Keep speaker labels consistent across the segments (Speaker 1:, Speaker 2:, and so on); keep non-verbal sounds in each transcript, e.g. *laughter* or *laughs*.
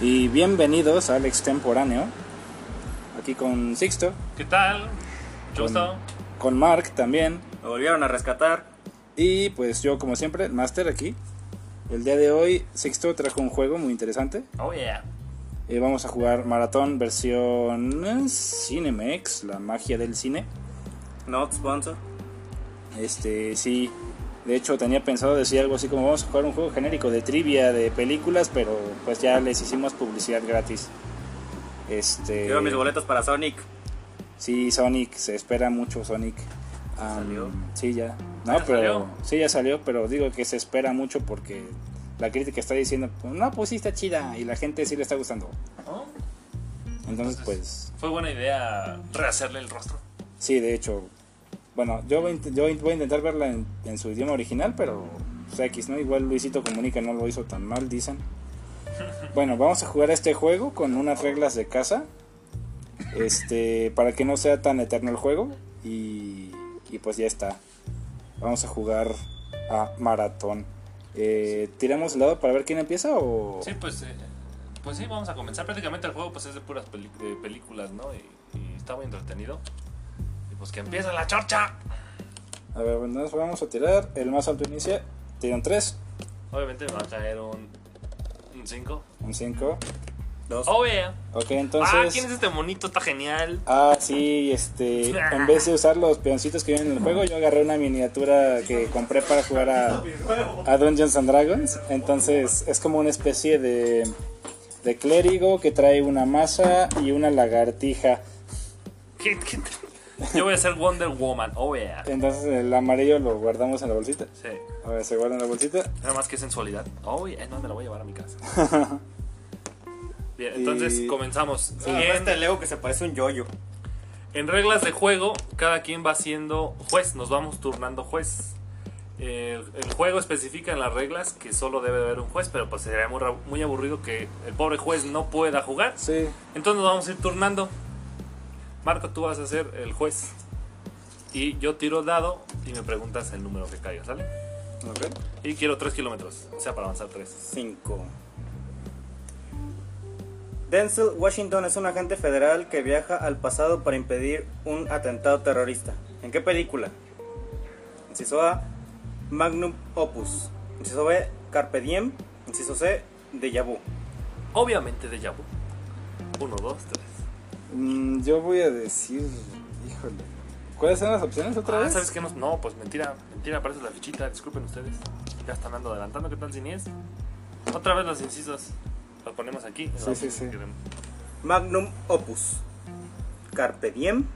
Speaker 1: Y bienvenidos al extemporáneo. Aquí con Sixto,
Speaker 2: ¿Qué tal? Yo estaba.
Speaker 1: con eh, Mark también.
Speaker 3: Me volvieron a rescatar.
Speaker 1: Y pues yo, como siempre, el Master aquí. El día de hoy, Sixto trajo un juego muy interesante.
Speaker 2: Oh yeah.
Speaker 1: Eh, vamos a jugar Maratón versión eh, Cinemex, la magia del cine.
Speaker 3: Not sponsor.
Speaker 1: Este, sí. De hecho, tenía pensado decir algo así como vamos a jugar un juego genérico de trivia de películas, pero pues ya les hicimos publicidad gratis. Este,
Speaker 3: Quiero mis boletos para Sonic.
Speaker 1: sí, Sonic, se espera mucho Sonic. Am,
Speaker 3: salió?
Speaker 1: Sí, ya. No,
Speaker 2: ¿Ya
Speaker 1: pero
Speaker 2: salió?
Speaker 1: sí ya salió, pero digo que se espera mucho porque la crítica está diciendo, "No, pues sí está chida" y la gente sí le está gustando.
Speaker 2: Oh,
Speaker 1: Entonces,
Speaker 2: Entonces-
Speaker 1: pues
Speaker 2: Fue buena idea rehacerle el rostro.
Speaker 1: Sí, de hecho. Bueno, yo voy, a int- yo voy a intentar verla en, en su idioma original, pero pues, X, ¿no? Igual Luisito Comunica no lo hizo tan mal,
Speaker 2: *laughs*
Speaker 1: dicen. Bueno, vamos a jugar a este juego con unas reglas de casa. Este, para que no sea tan eterno el juego. Y, y pues ya está. Vamos a jugar a maratón. Eh, ¿Tiramos el lado para ver quién empieza o...?
Speaker 2: Sí, pues. eh, pues sí, vamos a comenzar. Prácticamente el juego pues es de puras peli- de películas, ¿no? Y, y está muy entretenido. Y pues que empieza la chorcha.
Speaker 1: A ver, nos vamos a tirar. El más alto inicia. Tiran 3,
Speaker 2: Obviamente me va a caer un. Un 5.
Speaker 1: un 5.
Speaker 3: Dos.
Speaker 2: Oh yeah.
Speaker 1: Ok, entonces...
Speaker 2: Ah, ¿quién es este monito? Está genial.
Speaker 1: Ah, sí, este, en vez de usar los peoncitos que vienen en el juego, yo agarré una miniatura que compré para jugar a, a Dungeons and Dragons. Entonces, es como una especie de, de clérigo que trae una masa y una lagartija.
Speaker 2: ¿Qué- qué te- Yo voy a ser Wonder Woman. Oh yeah.
Speaker 1: Entonces, el amarillo lo guardamos en la bolsita.
Speaker 2: Sí.
Speaker 1: A ver, se guarda en la bolsita.
Speaker 2: Nada más que sensualidad. Oh yeah. No, me lo voy a llevar a mi casa. Bien, entonces
Speaker 1: Y-
Speaker 2: comenzamos.
Speaker 3: Sí,
Speaker 2: Siguiente.
Speaker 3: este Lego que se parece a un yoyo.
Speaker 2: En reglas de juego, cada quien va siendo juez, nos vamos turnando juez. El, el juego especifica en las reglas que solo debe de haber un juez, pero pues sería muy, ra- muy aburrido que el pobre juez no pueda jugar.
Speaker 1: Sí,
Speaker 2: Entonces nos vamos a ir turnando. Marco, tú vas a ser el juez. Y yo tiro dado y me preguntas el número que caiga, ¿sale?
Speaker 1: ok.
Speaker 2: Y quiero 3 kilómetros, o sea, para avanzar 3.
Speaker 3: Cinco. Denzel Washington es un agente federal que viaja al pasado para impedir un atentado terrorista. ¿En qué película? Inciso A, Magnum Opus. Inciso B, Carpe Diem. Inciso C, Deja Vu.
Speaker 2: Obviamente de Yabu. 1, 2, 3.
Speaker 1: Mm, yo voy a decir, híjole, ¿cuáles son las opciones otra
Speaker 2: Ah,
Speaker 1: vez?
Speaker 2: ¿sabes qué? No, no, pues mentira, mentira, aparece la fichita, disculpen ustedes. Ya están andando adelantando, ¿qué tal si ni es? Otra vez los incisos, los ponemos aquí. en
Speaker 1: Sí,
Speaker 2: la-
Speaker 1: sí, sí.
Speaker 2: queremos.
Speaker 3: Magnum Opus. Carpe Diem.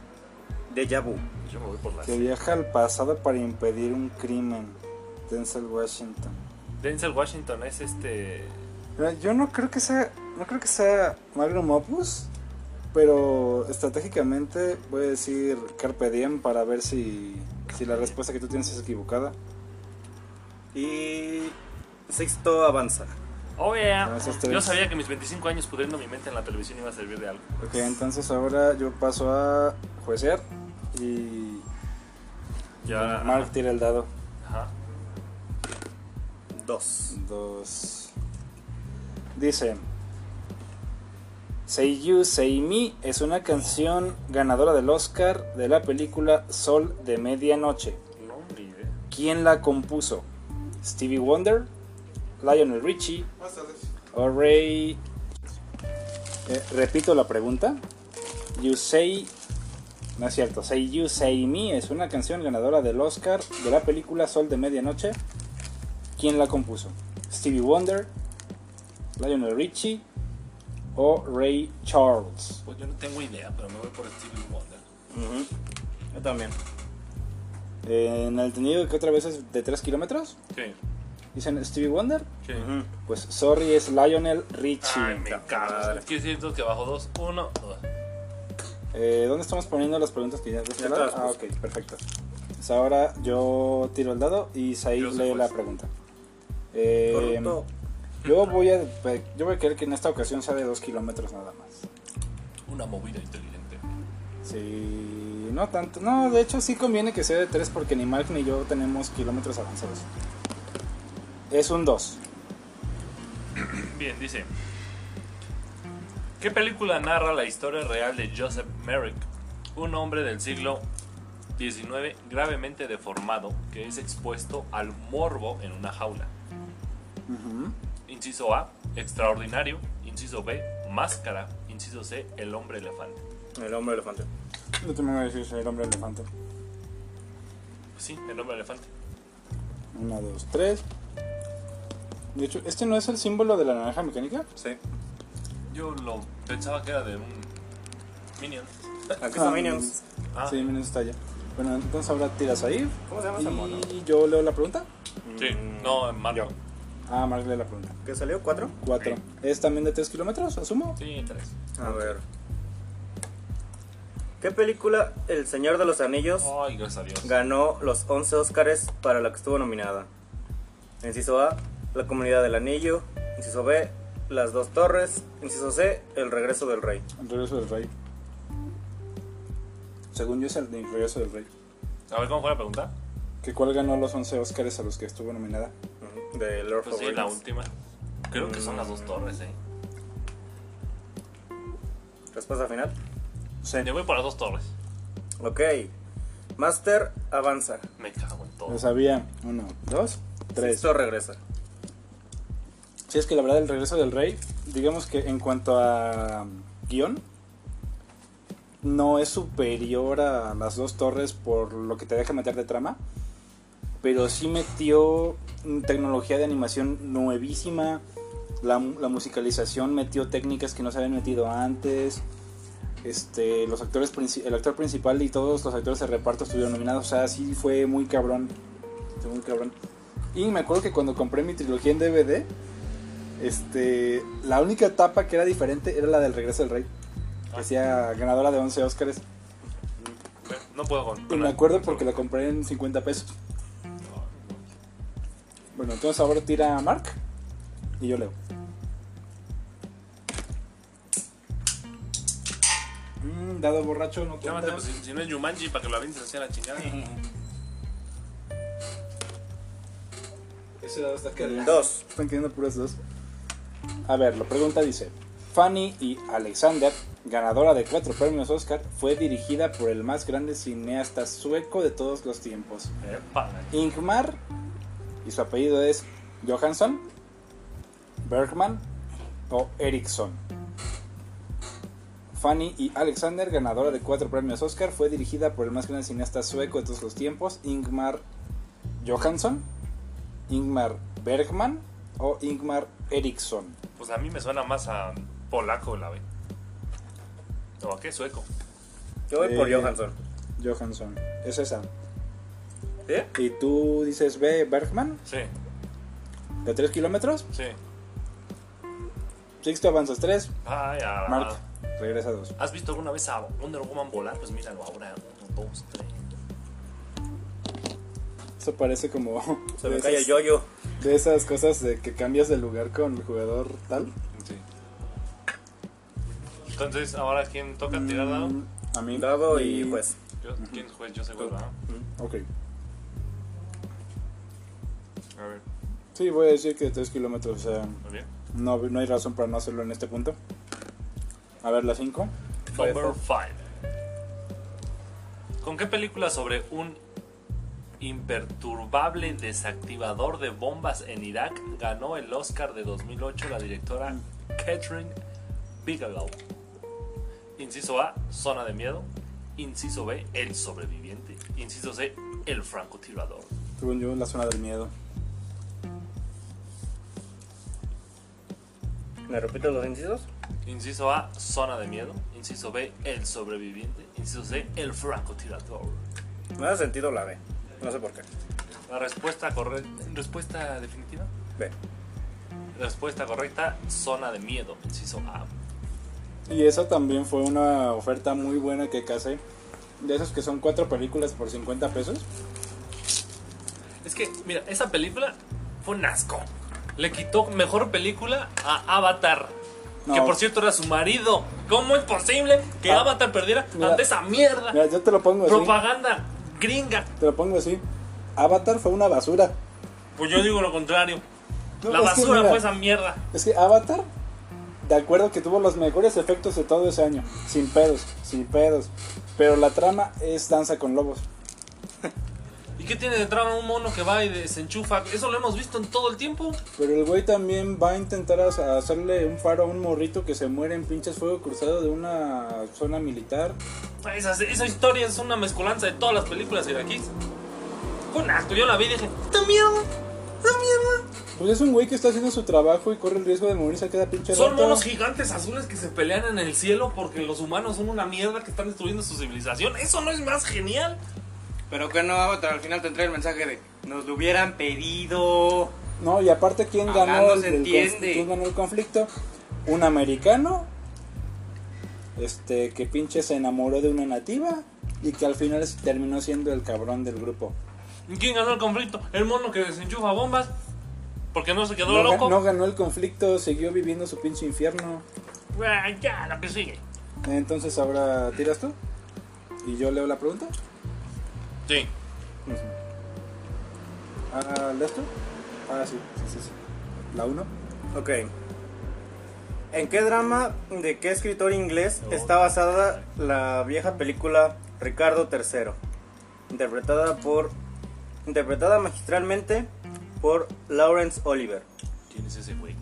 Speaker 3: Deja Vu.
Speaker 2: Yo me voy por la
Speaker 1: Que viaja al pasado para impedir un crimen. Denzel Washington.
Speaker 2: Denzel Washington es este...
Speaker 1: Mira, Yo no creo que sea, no creo que sea Magnum Opus, pero estratégicamente voy a decir Carpe Diem para ver si, si la respuesta que tú tienes es equivocada.
Speaker 3: Y Sixto avanza.
Speaker 2: Oh, yeah.
Speaker 1: No, Ah, esos tres.
Speaker 2: Yo sabía que mis 25 años pudriendo mi mente en la televisión iba a servir de algo.
Speaker 1: Ok, entonces ahora yo paso a juecear y
Speaker 2: Ya...
Speaker 1: Mark tira el dado.
Speaker 2: Ajá.
Speaker 3: Dos.
Speaker 1: Dos. Dice. Say You, Say Me es una canción ganadora del Oscar de la película Sol de Medianoche.
Speaker 2: No, ni idea.
Speaker 1: ¿Quién la compuso? Stevie Wonder, Lionel Richie o Ray... Eh, repito la pregunta. You Say... No es cierto. Say You, Say Me es una canción ganadora del Oscar de la película Sol de Medianoche. ¿Quién la compuso? Stevie Wonder, Lionel Richie o Ray Charles.
Speaker 2: Pues yo no tengo idea, pero me voy por Stevie Wonder.
Speaker 3: Ujú. Yo también.
Speaker 1: Eh, en el tenido que otra vez es de 3 kilómetros,
Speaker 2: Sí,
Speaker 1: dicen Stevie Wonder.
Speaker 2: sí.
Speaker 3: Ujú.
Speaker 1: Pues sorry es Lionel Richie.
Speaker 2: Ay, me encanta. Es que siento que bajo dos, uno, dos.
Speaker 1: Eh, ¿Dónde estamos poniendo las preguntas que ya ves
Speaker 3: Ya
Speaker 1: que la-
Speaker 3: todas,
Speaker 1: Ah, ok, perfecto. Pues ahora yo tiro el dado y
Speaker 2: Yo
Speaker 1: Said
Speaker 2: soy
Speaker 1: lee
Speaker 2: juez.
Speaker 1: la pregunta. Eh,
Speaker 3: Corrupto.
Speaker 1: yo voy a pues, yo voy a querer que en esta ocasión sea de 2 kilómetros nada más.
Speaker 2: Una movida inteligente.
Speaker 1: Sí, no tanto. No, de hecho sí conviene que sea de 3 porque ni Mark ni yo tenemos kilómetros avanzados. Es un 2.
Speaker 2: Bien, dice. ¿Qué película narra la historia real de Joseph Merrick, un hombre del siglo XIX gravemente deformado que es expuesto al morbo en una jaula?
Speaker 1: Ujú.
Speaker 2: Inciso A, extraordinario. Inciso B, máscara. Inciso C, el hombre elefante.
Speaker 3: El hombre elefante.
Speaker 1: No te me voy a decir soy el hombre elefante.
Speaker 2: Pues Sí, el hombre elefante.
Speaker 1: Una, dos, tres. De hecho, ¿este no es el símbolo de la naranja mecánica?
Speaker 3: Sí.
Speaker 2: Yo lo pensaba que era de un minion.
Speaker 3: Aquí
Speaker 1: Ah,
Speaker 3: son Minions.
Speaker 2: Ah,
Speaker 1: Sí, Minions está allá. Bueno, entonces ahora tiras ahí.
Speaker 3: ¿Cómo se llama ese mono?
Speaker 1: Y yo leo la pregunta.
Speaker 2: sí.
Speaker 3: Mm,
Speaker 2: No, en Mario.
Speaker 1: Ah, Mark lee la pregunta.
Speaker 3: ¿Qué salió? ¿Cuatro?
Speaker 1: Cuatro. ¿Es también de tres kilómetros, asumo?
Speaker 2: Sí, tres.
Speaker 3: A ver. ¿Qué película El Señor de los Anillos
Speaker 2: Ay, gracias a Dios.
Speaker 3: ganó los 11 Óscares para la que estuvo nominada? Inciso A, La Comunidad del Anillo. Inciso B, Las Dos Torres. Inciso C, El Regreso del Rey.
Speaker 1: El regreso del rey. Según yo es el de El regreso del rey.
Speaker 2: A ver, ¿cómo fue la pregunta?
Speaker 1: ¿Que cuál ganó los 11 Óscares a los que estuvo nominada?
Speaker 3: Ujú, De Lord
Speaker 2: Pues
Speaker 3: of
Speaker 2: sí,
Speaker 3: the
Speaker 2: la
Speaker 3: Rings.
Speaker 2: última. Creo que son las dos torres, eh.
Speaker 3: Respuesta final.
Speaker 1: Sí.
Speaker 2: Yo voy por las dos torres.
Speaker 3: Ok. Master avanza.
Speaker 2: Me cago en todo.
Speaker 1: Lo sabía. Uno, dos, tres.
Speaker 3: Esto regresa.
Speaker 1: Sí, es que la verdad, el regreso del rey, digamos que en cuanto a um, guión, no es superior a las dos torres por lo que te deja meter de trama, pero sí metió mm, tecnología de animación nuevísima, la, mu- la musicalización metió técnicas que no se habían metido antes, este, los actores, princi- el actor principal y todos los actores de reparto estuvieron nominados, o sea, sí fue muy cabrón, fue muy cabrón. Y me acuerdo que cuando compré mi trilogía en DVD, este, la única etapa que era diferente era la del regreso del rey. Que decía ganadora de 11 Óscares.
Speaker 2: No puedo con.
Speaker 1: Y me acuerdo porque la compré en 50 pesos. Bueno, entonces ahora tira a Mark y yo leo. Mm, dado borracho no
Speaker 2: Llámate,
Speaker 1: cuenta.
Speaker 2: pues, si, si no es Yumanji, para que lo avientes hacia la chingada.
Speaker 1: Ese dado está que
Speaker 3: Dos.
Speaker 1: Están quedando puras dos. A ver, la pregunta dice: Fanny y Alexander, ganadora de cuatro premios Oscar, fue dirigida por el más grande cineasta sueco de todos los tiempos.
Speaker 2: Epa.
Speaker 1: Ingmar, y su apellido es Johansson, Bergman o Eriksson. Fanny y Alexander, ganadora de cuatro premios Oscar, fue dirigida por el más grande cineasta sueco de todos los tiempos, Ingmar Johansson, Ingmar Bergman o Ingmar Eriksson.
Speaker 2: Pues a mí me suena más a polaco la B. ¿O a qué? Sueco.
Speaker 3: Yo voy por
Speaker 1: Eh.
Speaker 3: Johansson.
Speaker 1: Johansson, es esa.
Speaker 3: ¿Sí?
Speaker 1: Y tú dices, ve Bergman,
Speaker 2: Sí,
Speaker 1: de 3 kilómetros,
Speaker 2: sí.
Speaker 1: Sixto avanzas 3,
Speaker 2: Ay, ah,
Speaker 1: Mark regresa 2.
Speaker 2: ¿Has visto alguna vez a Wonder Woman volar? Pues míralo ahora. Uno, dos, tres.
Speaker 1: Eso parece como.
Speaker 3: Se me
Speaker 1: de
Speaker 3: cae el
Speaker 1: esas-
Speaker 3: yoyo.
Speaker 1: De esas cosas de que cambias de lugar con el jugador tal.
Speaker 2: Sí. Entonces, ¿ahora quién toca tirar dado?
Speaker 1: Mm, A mí.
Speaker 3: Dado y pues, juez.
Speaker 2: Yo, ¿Quién juez? Yo sé cuál,
Speaker 1: Tú.
Speaker 2: ¿verdad?
Speaker 1: Ok.
Speaker 2: A ver,
Speaker 1: Sí, voy a decir que 3 kilómetros. O sea,
Speaker 2: muy bien.
Speaker 1: no, no hay razón para no hacerlo en este punto. A ver, la 5.
Speaker 2: Number 5. ¿Con qué película sobre un imperturbable desactivador de bombas en Irak ganó el Oscar de 2008 la directora Catherine Bigelow? Inciso A, Zona de Miedo. Inciso B, El Sobreviviente. Inciso C, El Francotirador.
Speaker 1: Según yo, la zona del miedo.
Speaker 3: ¿Me repito los incisos?
Speaker 2: Inciso A, Zona de Miedo. Inciso B, El Sobreviviente. Inciso C, El Francotirador.
Speaker 3: Me hace sentido la B. No sé por qué.
Speaker 2: La respuesta correcta. ¿Respuesta definitiva?
Speaker 3: B.
Speaker 2: Respuesta correcta, zona de miedo, inciso A.
Speaker 1: Y esa también fue una oferta muy buena que casé. De esas que son cuatro películas por 50 pesos.
Speaker 2: Es que, mira, esa película fue un asco. Le quitó mejor película a Avatar.
Speaker 1: No.
Speaker 2: Que por cierto era su marido. ¿Cómo es posible que
Speaker 1: Ah.
Speaker 2: Avatar perdiera
Speaker 1: Mira.
Speaker 2: ante esa mierda?
Speaker 1: Mira, pues, yo te lo pongo así.
Speaker 2: Propaganda gringa.
Speaker 1: Te lo pongo así. Avatar fue una basura.
Speaker 2: Pues yo digo lo contrario.
Speaker 1: No,
Speaker 2: La
Speaker 1: es que
Speaker 2: basura pues,
Speaker 1: mira.
Speaker 2: fue esa mierda.
Speaker 1: Es que Avatar de acuerdo que tuvo los mejores efectos de todo ese año. Sin pedos, sin pedos. Pero la trama es danza con lobos.
Speaker 2: ¿Y qué tiene de trama un mono que va y desenchufa? Eso lo hemos visto en todo el tiempo.
Speaker 1: Pero el güey también va a intentar as- hacerle un faro a un morrito que se muere en pinches fuego cruzado de una zona militar.
Speaker 2: Esa, esa historia es una mezcolanza de todas las películas iraquíes. Fue un asco, yo la vi y dije, ¡esta mierda! ¡Esta mierda!
Speaker 1: Pues es un güey que está haciendo su trabajo y corre el riesgo de morirse a cada pinche
Speaker 2: Son
Speaker 1: rato.
Speaker 2: monos gigantes azules que se pelean en el cielo porque los humanos son una mierda que están destruyendo su civilización. ¿Eso no es más genial?
Speaker 3: Pero que no, Avatar al final tendré el mensaje de nos lo hubieran pedido.
Speaker 1: No, y aparte, ¿quién
Speaker 3: Hablando
Speaker 1: ganó, el,
Speaker 3: se
Speaker 1: el conf-
Speaker 3: entiende.
Speaker 1: ¿quién ganó el conflicto? ¿Un americano? Este, que pinche se enamoró de una nativa y que al final se terminó siendo el cabrón del grupo.
Speaker 2: ¿Y ¿Quién ganó el conflicto? ¿El mono que desenchufa bombas? Porque no se quedó
Speaker 1: No, ga-
Speaker 2: loco.
Speaker 1: no ganó el conflicto, siguió viviendo su pinche infierno.
Speaker 2: Ah, ya, la que sigue.
Speaker 1: Entonces ahora tiras tú y yo leo la pregunta.
Speaker 2: Sí.
Speaker 1: Ah, ¿lees tú? Ah, sí, sí, sí. sí. La 1.
Speaker 3: Ok. ¿En qué drama de qué escritor inglés está basada la vieja película Ricardo III? Interpretada por. Interpretada magistralmente por Lawrence Oliver.
Speaker 2: ¿Quién es ese güey?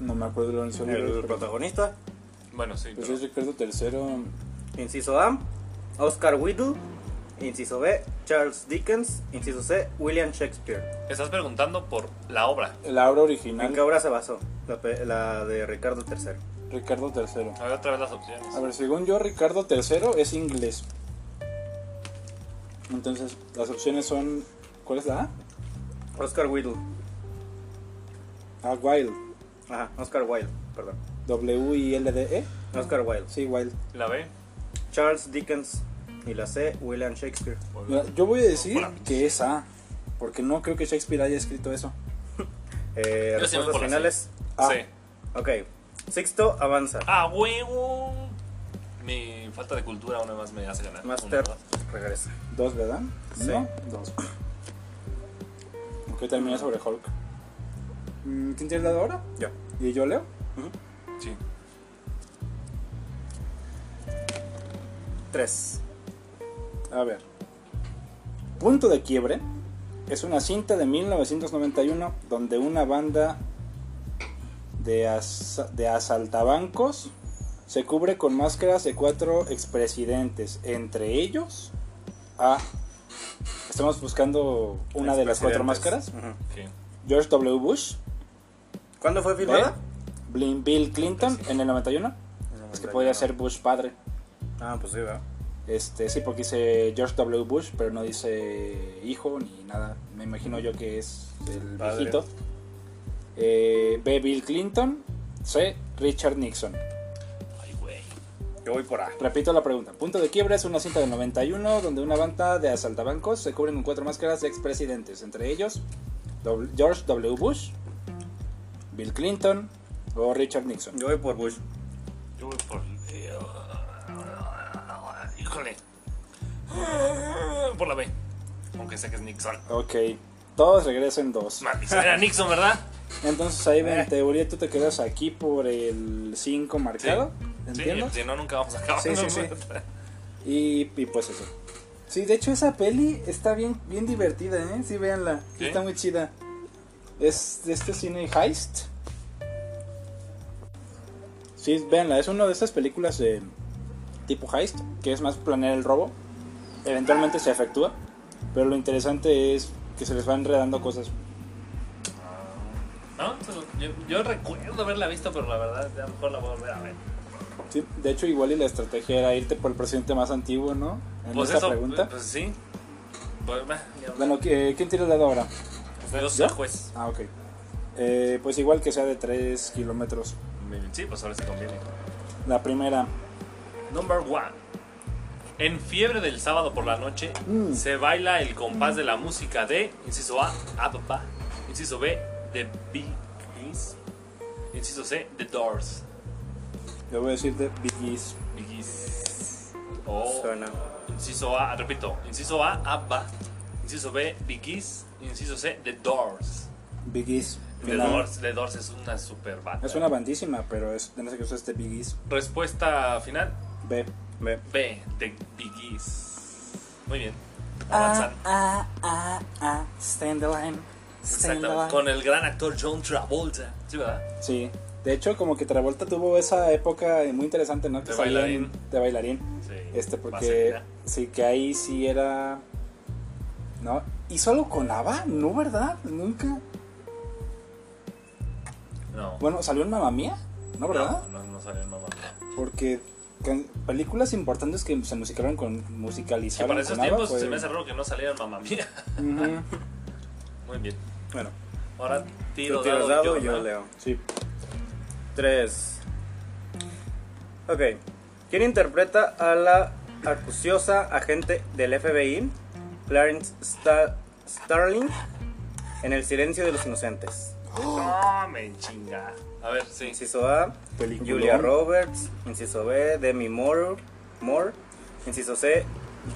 Speaker 1: No me acuerdo de Lorenzo Oliver,
Speaker 3: El
Speaker 1: pero-
Speaker 3: protagonista.
Speaker 2: Bueno, sí.
Speaker 1: Pues
Speaker 2: pero-
Speaker 1: es Ricardo III.
Speaker 3: Inciso A. Oscar Wilde. Inciso B. Charles Dickens. Inciso C. William Shakespeare.
Speaker 2: Estás preguntando por la obra.
Speaker 1: La obra
Speaker 3: ¿En
Speaker 1: original,
Speaker 3: qué obra se basó? La, pe- la de Ricardo III.
Speaker 1: Ricardo III.
Speaker 2: A ver otra vez las opciones.
Speaker 1: A ver, según yo, Ricardo III es inglés. Entonces, las opciones son. ¿Cuál es la A?
Speaker 3: Oscar Wilde.
Speaker 1: Ah, Wild.
Speaker 3: Ajá, Oscar Wilde, perdón.
Speaker 1: W-I-L-D-E.
Speaker 3: Oscar Wilde.
Speaker 1: E. Sí, Wild.
Speaker 2: La B.
Speaker 3: Charles Dickens. Y la C. William Shakespeare.
Speaker 1: Mira, Yo voy a decir que es A. Porque no creo que Shakespeare haya escrito eso.
Speaker 3: Eh,
Speaker 2: Yo sí me voy por
Speaker 3: respuestas
Speaker 2: la C.
Speaker 3: finales.
Speaker 1: Ah.
Speaker 2: C.
Speaker 3: Ok. Sixto avanza.
Speaker 2: Ah, huevo. Mi falta de cultura una más me hace ganar.
Speaker 3: Master
Speaker 2: Una más.
Speaker 3: regresa.
Speaker 1: Dos, ¿verdad?
Speaker 3: Sí.
Speaker 1: No, dos. Ok, terminé sobre Hulk. Mm, ¿Quién tiene la de ahora?
Speaker 3: Ya.
Speaker 1: ¿Y yo leo?
Speaker 2: Sí.
Speaker 3: Tres.
Speaker 1: A ver. Punto de quiebre es una cinta de 1991 donde una banda de, asa- de asaltabancos se cubre con máscaras de cuatro expresidentes, entre ellos a... Estamos buscando una de las cuatro máscaras.
Speaker 3: Expresidentes. Ujú.
Speaker 2: Sí.
Speaker 1: George W. Bush,
Speaker 3: ¿Cuándo fue filmada?
Speaker 1: Blin- Bill Clinton en el 91. ¿Eh? Es que podría ser Bush padre.
Speaker 3: Ah, pues sí, ¿verdad?
Speaker 1: Este, sí, porque dice George W. Bush, pero no dice hijo ni nada. Me imagino yo que es el
Speaker 3: Padre.
Speaker 1: viejito. Eh, B. Bill Clinton. C. Richard Nixon.
Speaker 2: Ay, güey.
Speaker 3: Yo voy por A.
Speaker 1: Repito la pregunta. Punto de quiebra es una cinta del 91 donde una banda de asaltabancos se cubren con cuatro máscaras de expresidentes, entre ellos W- George W. Bush, Bill Clinton o Richard Nixon.
Speaker 3: Yo voy por Bush.
Speaker 2: Yo voy por. eh, Híjole. Por la B. Aunque sé que es Nixon.
Speaker 1: Ok, todos regresen dos.
Speaker 2: Mami, *laughs* era Nixon, ¿verdad?
Speaker 1: Entonces ahí en
Speaker 3: Eh.
Speaker 1: teoría tú te quedas aquí por el 5 marcado, ¿entiendo?
Speaker 2: Sí, si no, nunca vamos a acabar.
Speaker 1: Sí, sí, sí. Y, y pues eso. Sí, de hecho esa peli está bien, bien divertida, ¿eh? Sí, véanla. Sí,
Speaker 2: ¿Sí?
Speaker 1: Está muy chida. Es de este cine Heist. Sí, véanla. Es una de esas películas de tipo Heist, que es más planear el robo. Eventualmente se efectúa, pero lo interesante es que se les van enredando cosas.
Speaker 2: No, se lo- yo, yo recuerdo haberla visto, pero la verdad, a lo mejor la voy a volver a ver.
Speaker 1: Sí, de hecho igual y la estrategia era irte por el presidente más antiguo, ¿no? En
Speaker 2: Pues
Speaker 1: esta
Speaker 2: eso,
Speaker 1: pregunta.
Speaker 2: pues sí. Pues, bah, ya,
Speaker 1: Bueno, ¿qué- ¿quién tiene el dado ahora?
Speaker 2: yo soy juez.
Speaker 1: Ah, ok. Eh, pues igual que sea de 3 kilómetros.
Speaker 2: Sí, pues ahora sí conviene.
Speaker 1: La primera.
Speaker 2: Number one. En fiebre del sábado por la noche
Speaker 1: Mm.
Speaker 2: se baila el compás de la música de inciso A, Abba, inciso B, The Biggies, inciso C, The Doors,
Speaker 1: Yo voy a decir de Biggies.
Speaker 2: Biggies. O
Speaker 3: Suena.
Speaker 2: inciso A, repito, inciso A, Abba, inciso B, Biggies, inciso C, The Doors.
Speaker 1: Biggies.
Speaker 2: The Doors, The Doors es una super banda.
Speaker 1: Es una bandísima, pero es de no sé qué usa este Biggies.
Speaker 2: Respuesta final:
Speaker 1: B.
Speaker 3: Ve.
Speaker 2: B, The Biggies. Muy bien.
Speaker 1: Ah,
Speaker 2: Avanzan.
Speaker 1: ah, ah, ah. Stand the line. Stand the
Speaker 2: Exactamente.
Speaker 1: line.
Speaker 2: Con el gran actor John Travolta. ¿Sí, verdad?
Speaker 1: Sí. De hecho, como que Travolta tuvo esa época muy interesante, ¿no? Que
Speaker 2: De
Speaker 1: salía en-
Speaker 2: bailarín.
Speaker 1: de bailarín.
Speaker 2: Sí.
Speaker 1: Este, porque
Speaker 2: Vaselina.
Speaker 1: sí, que ahí sí era. ¿No? ¿Y solo con Ava? No, ¿verdad? Nunca.
Speaker 2: No.
Speaker 1: Bueno, salió en Mamma Mía, ¿no, verdad?
Speaker 2: No, no, no salió en Mamma Mía.
Speaker 1: Porque can- películas importantes que se musicaron con
Speaker 2: Que
Speaker 1: musicalizaron
Speaker 2: para esos
Speaker 1: con ABBA
Speaker 2: tiempos
Speaker 1: fue-
Speaker 2: se me hace raro que no saliera en Mamma Mía. *laughs*
Speaker 1: Ujú,
Speaker 2: Muy bien.
Speaker 3: Bueno,
Speaker 2: Ahora tiro
Speaker 3: tú tiras
Speaker 2: dado,
Speaker 3: dado, yo
Speaker 2: ¿no?
Speaker 3: leo.
Speaker 1: Sí.
Speaker 3: 3. Ok. ¿Quién interpreta a la acuciosa agente del FBI, Clarence Sta- Starling, en El silencio de los inocentes?
Speaker 2: No, me chinga. A ver, sí.
Speaker 3: Inciso A,
Speaker 1: Peliculón.
Speaker 3: Julia Roberts. Inciso B, Demi Moore. Moore. Inciso C,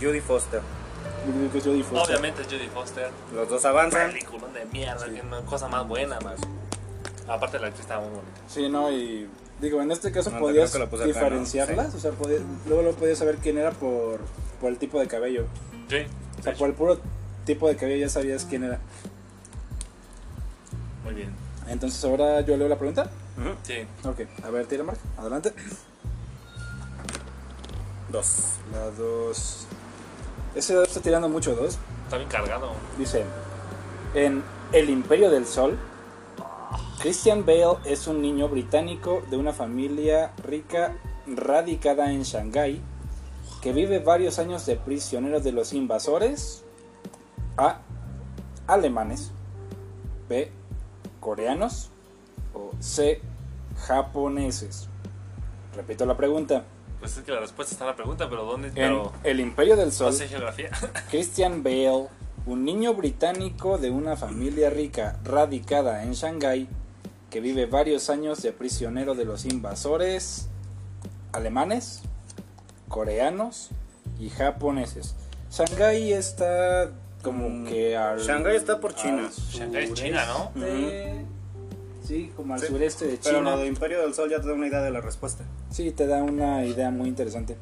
Speaker 3: Judy Foster.
Speaker 1: Yo "Pues, creo que es Jodie Foster.
Speaker 2: Obviamente Judy Foster.
Speaker 3: Los dos avanzan.
Speaker 2: Película de mierda, que no, cosa más buena, más. Aparte la actriz estaba muy bonita.
Speaker 1: Sí, no, y digo, en este caso
Speaker 3: No,
Speaker 1: podías
Speaker 3: creo que lo puse acá, ¿no?
Speaker 1: diferenciarlas, o sea, podías- luego lo podías saber quién era por, por el tipo de cabello.
Speaker 2: Sí.
Speaker 1: O sea, por el puro tipo de cabello ya sabías quién era.
Speaker 2: Muy bien.
Speaker 1: Entonces, ahora yo leo la pregunta.
Speaker 3: Ujú.
Speaker 2: Sí.
Speaker 1: Ok, a ver, tira Mark, adelante.
Speaker 3: Dos.
Speaker 1: La 2. Ese dado está tirando mucho, 2.
Speaker 2: Está bien cargado.
Speaker 1: Dice, en El Imperio del Sol, Christian Bale es un niño británico de una familia rica radicada en Shanghái que vive varios años de prisionero de los invasores A. Alemanes B. Coreanos o C. Japoneses. Repito la pregunta.
Speaker 2: Pues es que la respuesta está en la pregunta, pero ¿dónde?
Speaker 1: En
Speaker 2: Pero
Speaker 1: El Imperio del Sol,
Speaker 2: no sé geografía. *laughs*
Speaker 1: Christian Bale, un niño británico de una familia rica radicada en Shanghái, que vive varios años de prisionero de los invasores alemanes, coreanos y japoneses. Shanghái está como
Speaker 3: Mm,
Speaker 1: que al...
Speaker 3: Shanghái está por China.
Speaker 1: al
Speaker 2: Shanghái Ah, es China, ¿no?
Speaker 1: sureste- Sí, como al
Speaker 3: Sí,
Speaker 1: sureste de
Speaker 3: Pero
Speaker 1: China.
Speaker 3: lo de Imperio del Sol ya te da una idea de la respuesta.
Speaker 1: Sí, te da una idea muy interesante.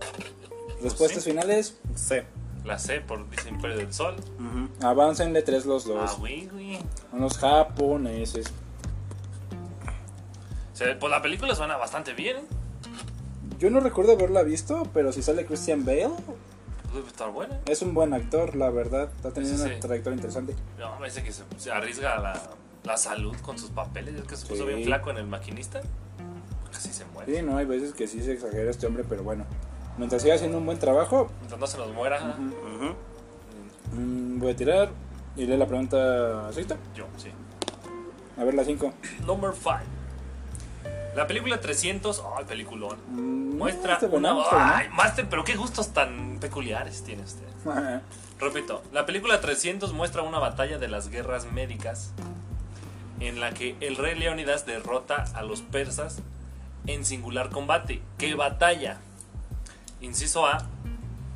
Speaker 3: Pues
Speaker 1: Respuestas
Speaker 2: sí.
Speaker 1: finales,
Speaker 3: C.
Speaker 2: La C por dice Imperio del Sol.
Speaker 3: Ujú.
Speaker 1: aváncenle tres los dos.
Speaker 2: Ah, güey, güey.
Speaker 1: Son los japoneses.
Speaker 2: O sea, pues la película suena bastante bien, ¿eh?
Speaker 1: Yo no recuerdo haberla visto, pero si sale Christian Bale,
Speaker 2: Debe estar buena.
Speaker 1: es un buen actor, la verdad. Ha tenido
Speaker 2: Sí, sí,
Speaker 1: una
Speaker 2: sí.
Speaker 1: trayectoria interesante.
Speaker 2: No, me dice que se, se arriesga la, la salud con sus papeles. Es que se puso
Speaker 1: Sí.
Speaker 2: bien flaco en el maquinista. Casi se muere.
Speaker 1: Sí, no, hay veces que sí se exagera este hombre, pero bueno. Mientras siga haciendo un buen trabajo,
Speaker 2: Mientras no se nos muera,
Speaker 3: Ujú.
Speaker 1: mm, voy a tirar y lee la pregunta. ¿Sexta?
Speaker 2: yo, sí.
Speaker 1: A ver, la 5.
Speaker 2: Number 5. La película 300, ay, peliculón.
Speaker 1: Mm,
Speaker 2: Muestra
Speaker 1: este
Speaker 2: una- ay, Master, pero qué gustos tan peculiares tiene usted. Repito, la película 300 muestra una batalla de las guerras médicas en la que el rey Leónidas derrota a los persas en singular combate.
Speaker 1: Mm.
Speaker 2: ¿Qué batalla? Inciso A,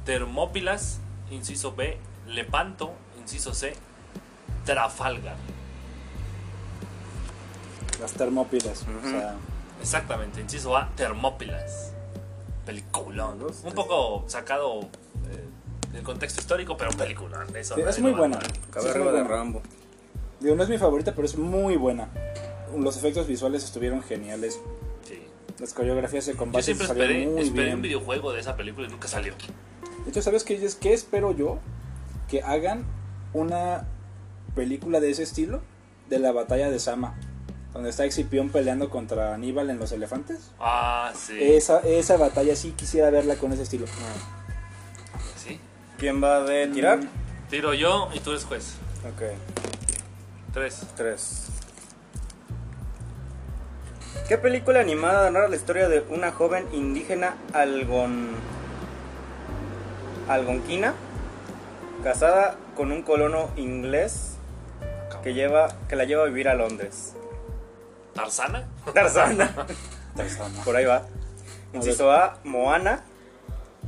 Speaker 2: Termópilas. Inciso B, Lepanto. Inciso C, Trafalgar.
Speaker 1: *laughs* Las termópilas. O sea,
Speaker 2: Exactamente, inciso A, Termópilas. Peliculón.
Speaker 1: este
Speaker 3: Dos,
Speaker 2: Un
Speaker 3: tres.
Speaker 2: poco sacado eh, del contexto histórico, pero peliculón. Eso
Speaker 1: sí,
Speaker 2: no
Speaker 1: es
Speaker 2: hay
Speaker 1: muy
Speaker 2: nada
Speaker 1: buena.
Speaker 2: mal.
Speaker 1: Sí, es
Speaker 3: Caberlo
Speaker 1: muy
Speaker 3: de
Speaker 1: buena.
Speaker 3: Rambo.
Speaker 1: Digo, no es mi favorita, pero es muy buena. Los efectos visuales estuvieron geniales.
Speaker 2: Sí.
Speaker 1: Las coreografías de
Speaker 2: Yo
Speaker 1: combate
Speaker 2: siempre
Speaker 1: salieron
Speaker 2: esperé,
Speaker 1: muy
Speaker 2: esperé
Speaker 1: bien.
Speaker 2: un videojuego de esa película y nunca salió.
Speaker 1: De hecho, ¿sabes qué, es qué espero yo? Que hagan una película de ese estilo de la batalla de Sama, donde está Excipión peleando contra Aníbal en los elefantes.
Speaker 2: Ah, sí. Ah.
Speaker 1: Esa, esa batalla sí quisiera verla con ese estilo. Mm,
Speaker 2: Sí.
Speaker 3: ¿Quién va de tirar?
Speaker 2: Tiro yo y tú eres juez.
Speaker 3: Ok.
Speaker 2: Tres.
Speaker 3: 3. ¿Qué película animada narra la historia de una joven indígena algon... algonquina casada con un colono inglés que, lleva, que la lleva a vivir a Londres? *laughs*
Speaker 2: ¿Tarzana?
Speaker 3: Tarzana.
Speaker 1: Tarzana.
Speaker 3: Por ahí va. Inciso A, Moana.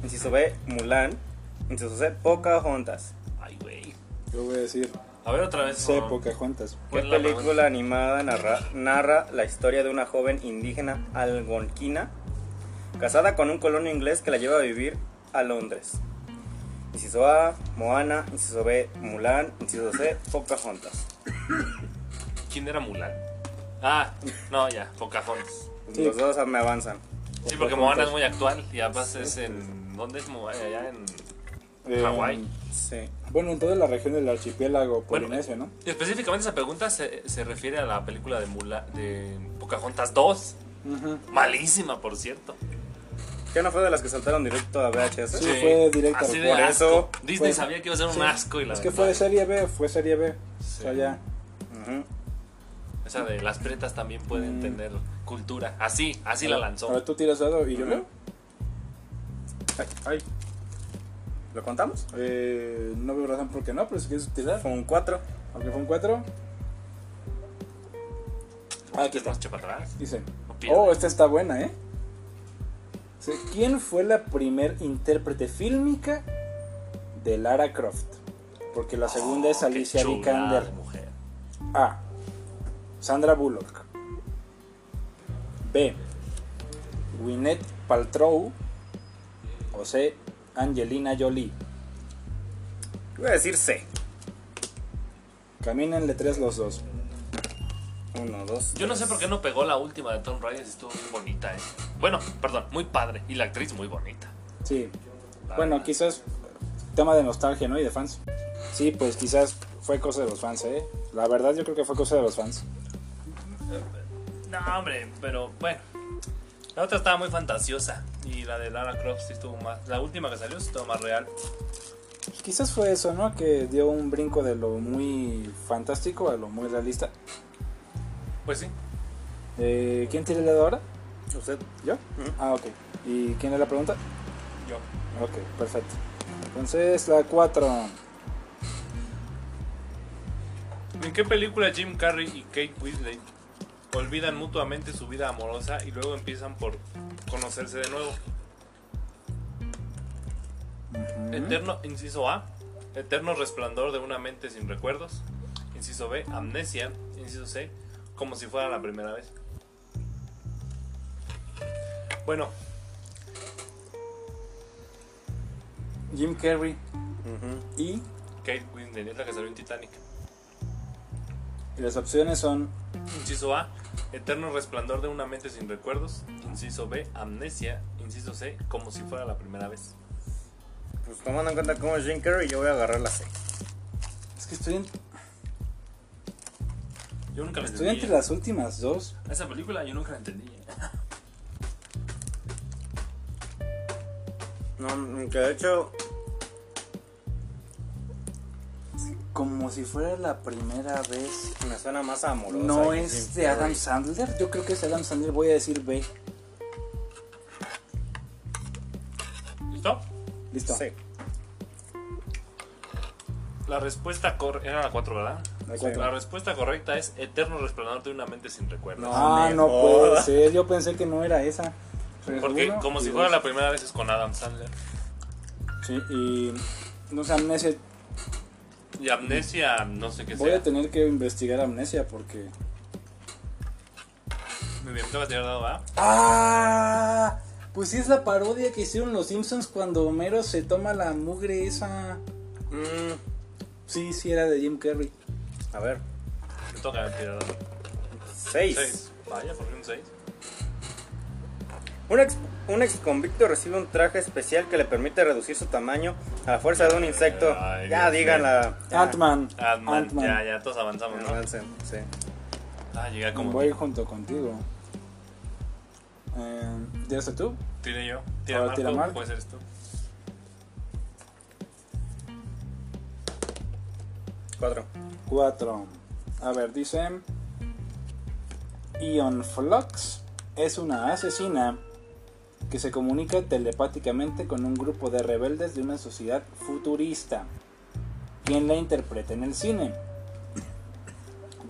Speaker 3: Inciso B, Mulan. Inciso C, Pocahontas.
Speaker 2: Ay, güey.
Speaker 1: Yo voy a decir
Speaker 2: A ver otra vez.
Speaker 1: Sí, Pocahontas.
Speaker 3: ¿Qué
Speaker 2: Ponla,
Speaker 3: película animada narra, narra la historia de una joven indígena algonquina casada con un colono inglés que la lleva a vivir a Londres? Inciso A, Moana, inciso B, Mulan, inciso *laughs* C, Pocahontas.
Speaker 2: ¿Quién era Mulan? Ah, no, ya, Pocahontas.
Speaker 1: Sí.
Speaker 3: Los dos me avanzan.
Speaker 2: Sí, porque Moana es muy actual y además es
Speaker 1: Este.
Speaker 2: en. ¿Dónde es Moana? Allá en.
Speaker 1: Eh,
Speaker 2: Hawái.
Speaker 3: Sí.
Speaker 1: Bueno, en toda la región del archipiélago polinesio, ¿no?
Speaker 2: Y específicamente esa pregunta se, se refiere a la película de Mula, de Pocahontas 2.
Speaker 1: Ujú.
Speaker 2: Malísima, por cierto.
Speaker 3: ¿Qué no fue de las que saltaron directo a VHS?
Speaker 1: Sí, fue directa
Speaker 2: Así
Speaker 1: al
Speaker 2: de
Speaker 1: Por
Speaker 2: asco.
Speaker 3: eso,
Speaker 2: Disney
Speaker 1: pues,
Speaker 2: sabía que iba a ser un
Speaker 1: sí.
Speaker 2: asco y la
Speaker 1: Es que fue de
Speaker 2: aventaron.
Speaker 1: serie B, fue serie B. O sea,
Speaker 2: Sí.
Speaker 1: ya.
Speaker 3: Ujú.
Speaker 2: Esa de las pretas también pueden
Speaker 1: Mm.
Speaker 2: tener cultura. Así, así la lanzó.
Speaker 1: Ahora tú tiras dado y yo
Speaker 3: Ujú.
Speaker 1: leo. Ay, ay.
Speaker 3: ¿Lo contamos?
Speaker 1: Eh, no veo razón por qué no, pero si quieres tirar.
Speaker 3: Fue un 4.
Speaker 1: Aunque fue un 4, Ah, aquí está.
Speaker 2: Más para atrás.
Speaker 1: dice.
Speaker 2: No pierde.
Speaker 1: Oh, esta está buena, ¿eh? Dice, ¿Quién fue la primer intérprete fílmica de Lara Croft? Porque la segunda es
Speaker 2: Oh, qué
Speaker 1: Alicia
Speaker 2: chulada
Speaker 1: Vikander.
Speaker 2: de mujer.
Speaker 1: A. Sandra Bullock. B. Gwyneth Paltrow. O C. Angelina Jolie.
Speaker 3: Voy a decir C.
Speaker 1: Camínenle tres los dos.
Speaker 3: 1, 2.
Speaker 2: Yo no sé por qué no pegó la última de Tom Raider, estuvo muy bonita, eh. Bueno, perdón, muy padre. Y la actriz muy bonita.
Speaker 1: Sí.
Speaker 2: La
Speaker 1: Bueno,
Speaker 2: verdad.
Speaker 1: quizás tema de nostalgia, ¿no? Y de fans. Sí, pues quizás fue cosa de los fans, ¿eh? La verdad yo creo que fue cosa de los fans.
Speaker 2: No, hombre, pero bueno. La otra estaba muy fantasiosa. Y la de Lara Croft sí estuvo más. La última que salió sí estuvo más real.
Speaker 1: Quizás fue eso, ¿no? Que dio un brinco de lo muy fantástico a lo muy realista.
Speaker 2: Pues sí.
Speaker 1: Eh, ¿Quién tiene el dedo ahora?
Speaker 3: Usted.
Speaker 1: ¿Yo? Ah, ok. ¿Y quién es la pregunta?
Speaker 2: Yo.
Speaker 1: Ok, perfecto. Entonces, la 4.
Speaker 2: ¿En qué película Jim Carrey y Kate Winslet olvidan mutuamente su vida amorosa y luego empiezan por conocerse de nuevo? Eterno, inciso A, Eterno resplandor de una mente sin recuerdos. Inciso B, Amnesia. Inciso C, como si fuera la primera vez. Bueno,
Speaker 1: Jim Carrey
Speaker 3: Ujú.
Speaker 1: y
Speaker 2: Kate Winslet es la que salió en Titanic.
Speaker 1: las opciones son
Speaker 2: Inciso A, Eterno resplandor de una mente sin recuerdos. Inciso B, Amnesia. Inciso C, como si fuera la primera vez.
Speaker 3: Pues tomando en cuenta cómo es Jim Carrey, yo voy a agarrar la C.
Speaker 1: es que estoy, en-
Speaker 2: Yo nunca la
Speaker 1: estoy
Speaker 2: entendí.
Speaker 1: entre las últimas dos.
Speaker 2: ¿eh? Esa película yo nunca la entendí. ¿eh?
Speaker 3: No, que de hecho,
Speaker 1: Como si fuera la primera vez.
Speaker 3: me suena más amorosa.
Speaker 1: No
Speaker 3: que
Speaker 1: es
Speaker 3: Jim
Speaker 1: de Adam
Speaker 3: Carrey.
Speaker 1: Sandler. Yo creo que es de Adam Sandler. Voy a decir B.
Speaker 2: ¿Listo?
Speaker 1: Listo.
Speaker 3: Sí.
Speaker 2: La respuesta cor era la 4, ¿verdad?
Speaker 1: La cuatro.
Speaker 2: La respuesta correcta es Eterno resplandor de una mente sin recuerdos.
Speaker 1: Ah,
Speaker 3: me
Speaker 1: no puede
Speaker 3: jodas.
Speaker 1: ser. Yo pensé que no era esa. Pero
Speaker 2: Porque
Speaker 1: uno
Speaker 2: como
Speaker 1: y
Speaker 2: si fuera la
Speaker 1: dos.
Speaker 2: primera vez es con Adam Sandler.
Speaker 1: Sí, y. No sé, amnesia.
Speaker 2: Y Amnesia, no sé qué
Speaker 1: Voy
Speaker 2: sea.
Speaker 1: a tener que investigar amnesia porque.
Speaker 2: Me bien, te vas a tirar dado, ¿verdad?
Speaker 1: ¡Ah! Pues sí es la parodia que hicieron los Simpsons cuando Homero se toma la mugre esa.
Speaker 3: Mm,
Speaker 1: Sí, sí era de Jim Carrey.
Speaker 3: a ver,
Speaker 2: Me toca tirar dado.
Speaker 3: 6.
Speaker 2: 6. Vaya, por fin un 6.
Speaker 3: Un ex, un ex convicto recibe un traje especial que le permite reducir su tamaño a la fuerza de un insecto.
Speaker 2: Ay,
Speaker 3: ya
Speaker 2: Dios
Speaker 3: díganla. Ya.
Speaker 1: Ant-Man.
Speaker 2: Ah, Ant-Man,
Speaker 1: Ant-Man.
Speaker 2: ya, ya, todos avanzamos, ¿no?
Speaker 3: Avancen, sí.
Speaker 2: Ah, llegué como.
Speaker 1: Voy junto contigo. Eh, ¿Tiraste tú?
Speaker 2: Tiré yo. Tira
Speaker 1: Ahora
Speaker 2: Marco,
Speaker 1: tira Marco.
Speaker 2: puede ser esto.
Speaker 3: Cuatro.
Speaker 1: Cuatro. A ver, dice. Ion Flux es una asesina que se comunica telepáticamente con un grupo de rebeldes de una sociedad futurista. ¿Quién la interpreta en el cine?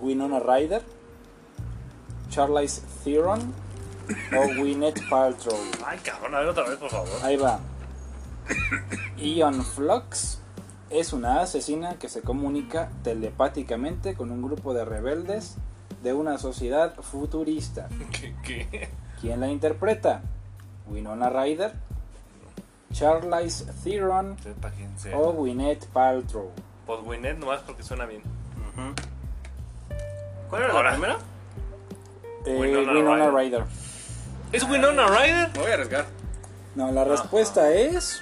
Speaker 1: Winona Ryder, Charlize Theron o Gwyneth Paltrow.
Speaker 2: Ay, cabrón, a ver otra vez, por favor.
Speaker 1: Ahí va. Ion Flux es una asesina que se comunica telepáticamente con un grupo de rebeldes de una sociedad futurista.
Speaker 2: *laughs* ¿Qué? qué?
Speaker 1: ¿Quién la interpreta? Winona Ryder, Charlize Theron
Speaker 2: Sepa quién sea.
Speaker 1: o Gwyneth Paltrow.
Speaker 2: Pues Winnet nomás porque suena bien.
Speaker 3: ¿Cuál era
Speaker 2: Ahora.
Speaker 3: la primera?
Speaker 1: Eh,
Speaker 2: Winona
Speaker 1: Winona,
Speaker 2: Ryder.
Speaker 1: Ryder.
Speaker 2: ¿Es Winona Ryder?
Speaker 3: Me voy a arriesgar.
Speaker 1: No, la respuesta es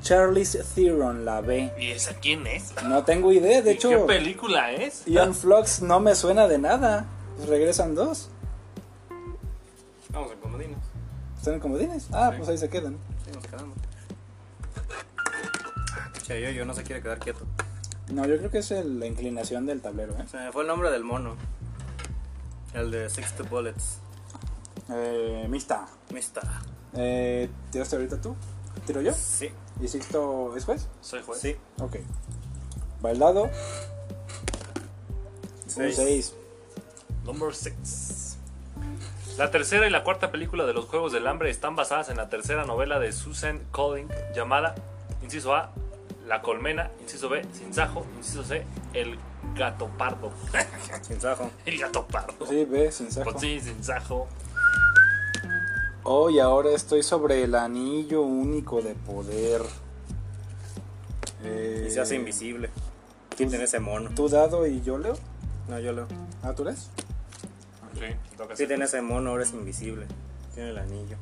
Speaker 1: Charlize Theron, la B.
Speaker 2: ¿Y esa quién es?
Speaker 1: No tengo idea, de
Speaker 2: ¿Y ¿Qué
Speaker 1: hecho,
Speaker 2: película es?
Speaker 1: Ian Flux no me suena de nada. Pues regresan dos.
Speaker 3: Vamos en comodinos.
Speaker 1: Están en comodines. Ah, pues ahí se quedan.
Speaker 3: Sí, nos quedamos. Che, Ah, yo, yo no se quiere quedar quieto.
Speaker 1: No, yo creo que es el- la inclinación del tablero, ¿eh?
Speaker 3: Se me fue el nombre del mono. El de 60 Bullets.
Speaker 1: Eh, mixta.
Speaker 3: Mista.
Speaker 1: Eh, ¿Tiraste ahorita tú? ¿Tiro yo?
Speaker 3: Sí.
Speaker 1: ¿Y
Speaker 3: pues.
Speaker 1: Sixto es juez?
Speaker 2: Soy juez.
Speaker 3: Sí.
Speaker 1: Ok. Va el dado. Un
Speaker 3: Seis.
Speaker 1: 6.
Speaker 2: Number 6. La tercera y la cuarta película de los Juegos del Hambre están basadas en la tercera novela de Susan Collins llamada, inciso A, La Colmena, inciso B, Sinsajo, inciso C, El Gato Pardo.
Speaker 3: Sin sajo.
Speaker 2: *laughs* El Gato Pardo.
Speaker 1: Sí, ve, sin saco.
Speaker 2: Pues sí, Sinsajo.
Speaker 1: Oh, y ahora estoy sobre el anillo único de poder. Eh,
Speaker 3: Y se hace invisible. Quiten ese mono.
Speaker 1: ¿Tú dado y yo leo?
Speaker 3: No, yo lo.
Speaker 1: Ah, ¿tú lees?
Speaker 2: Sí, toca hacer.
Speaker 3: Quiten ese mono, ahora es invisible. Tiene el anillo.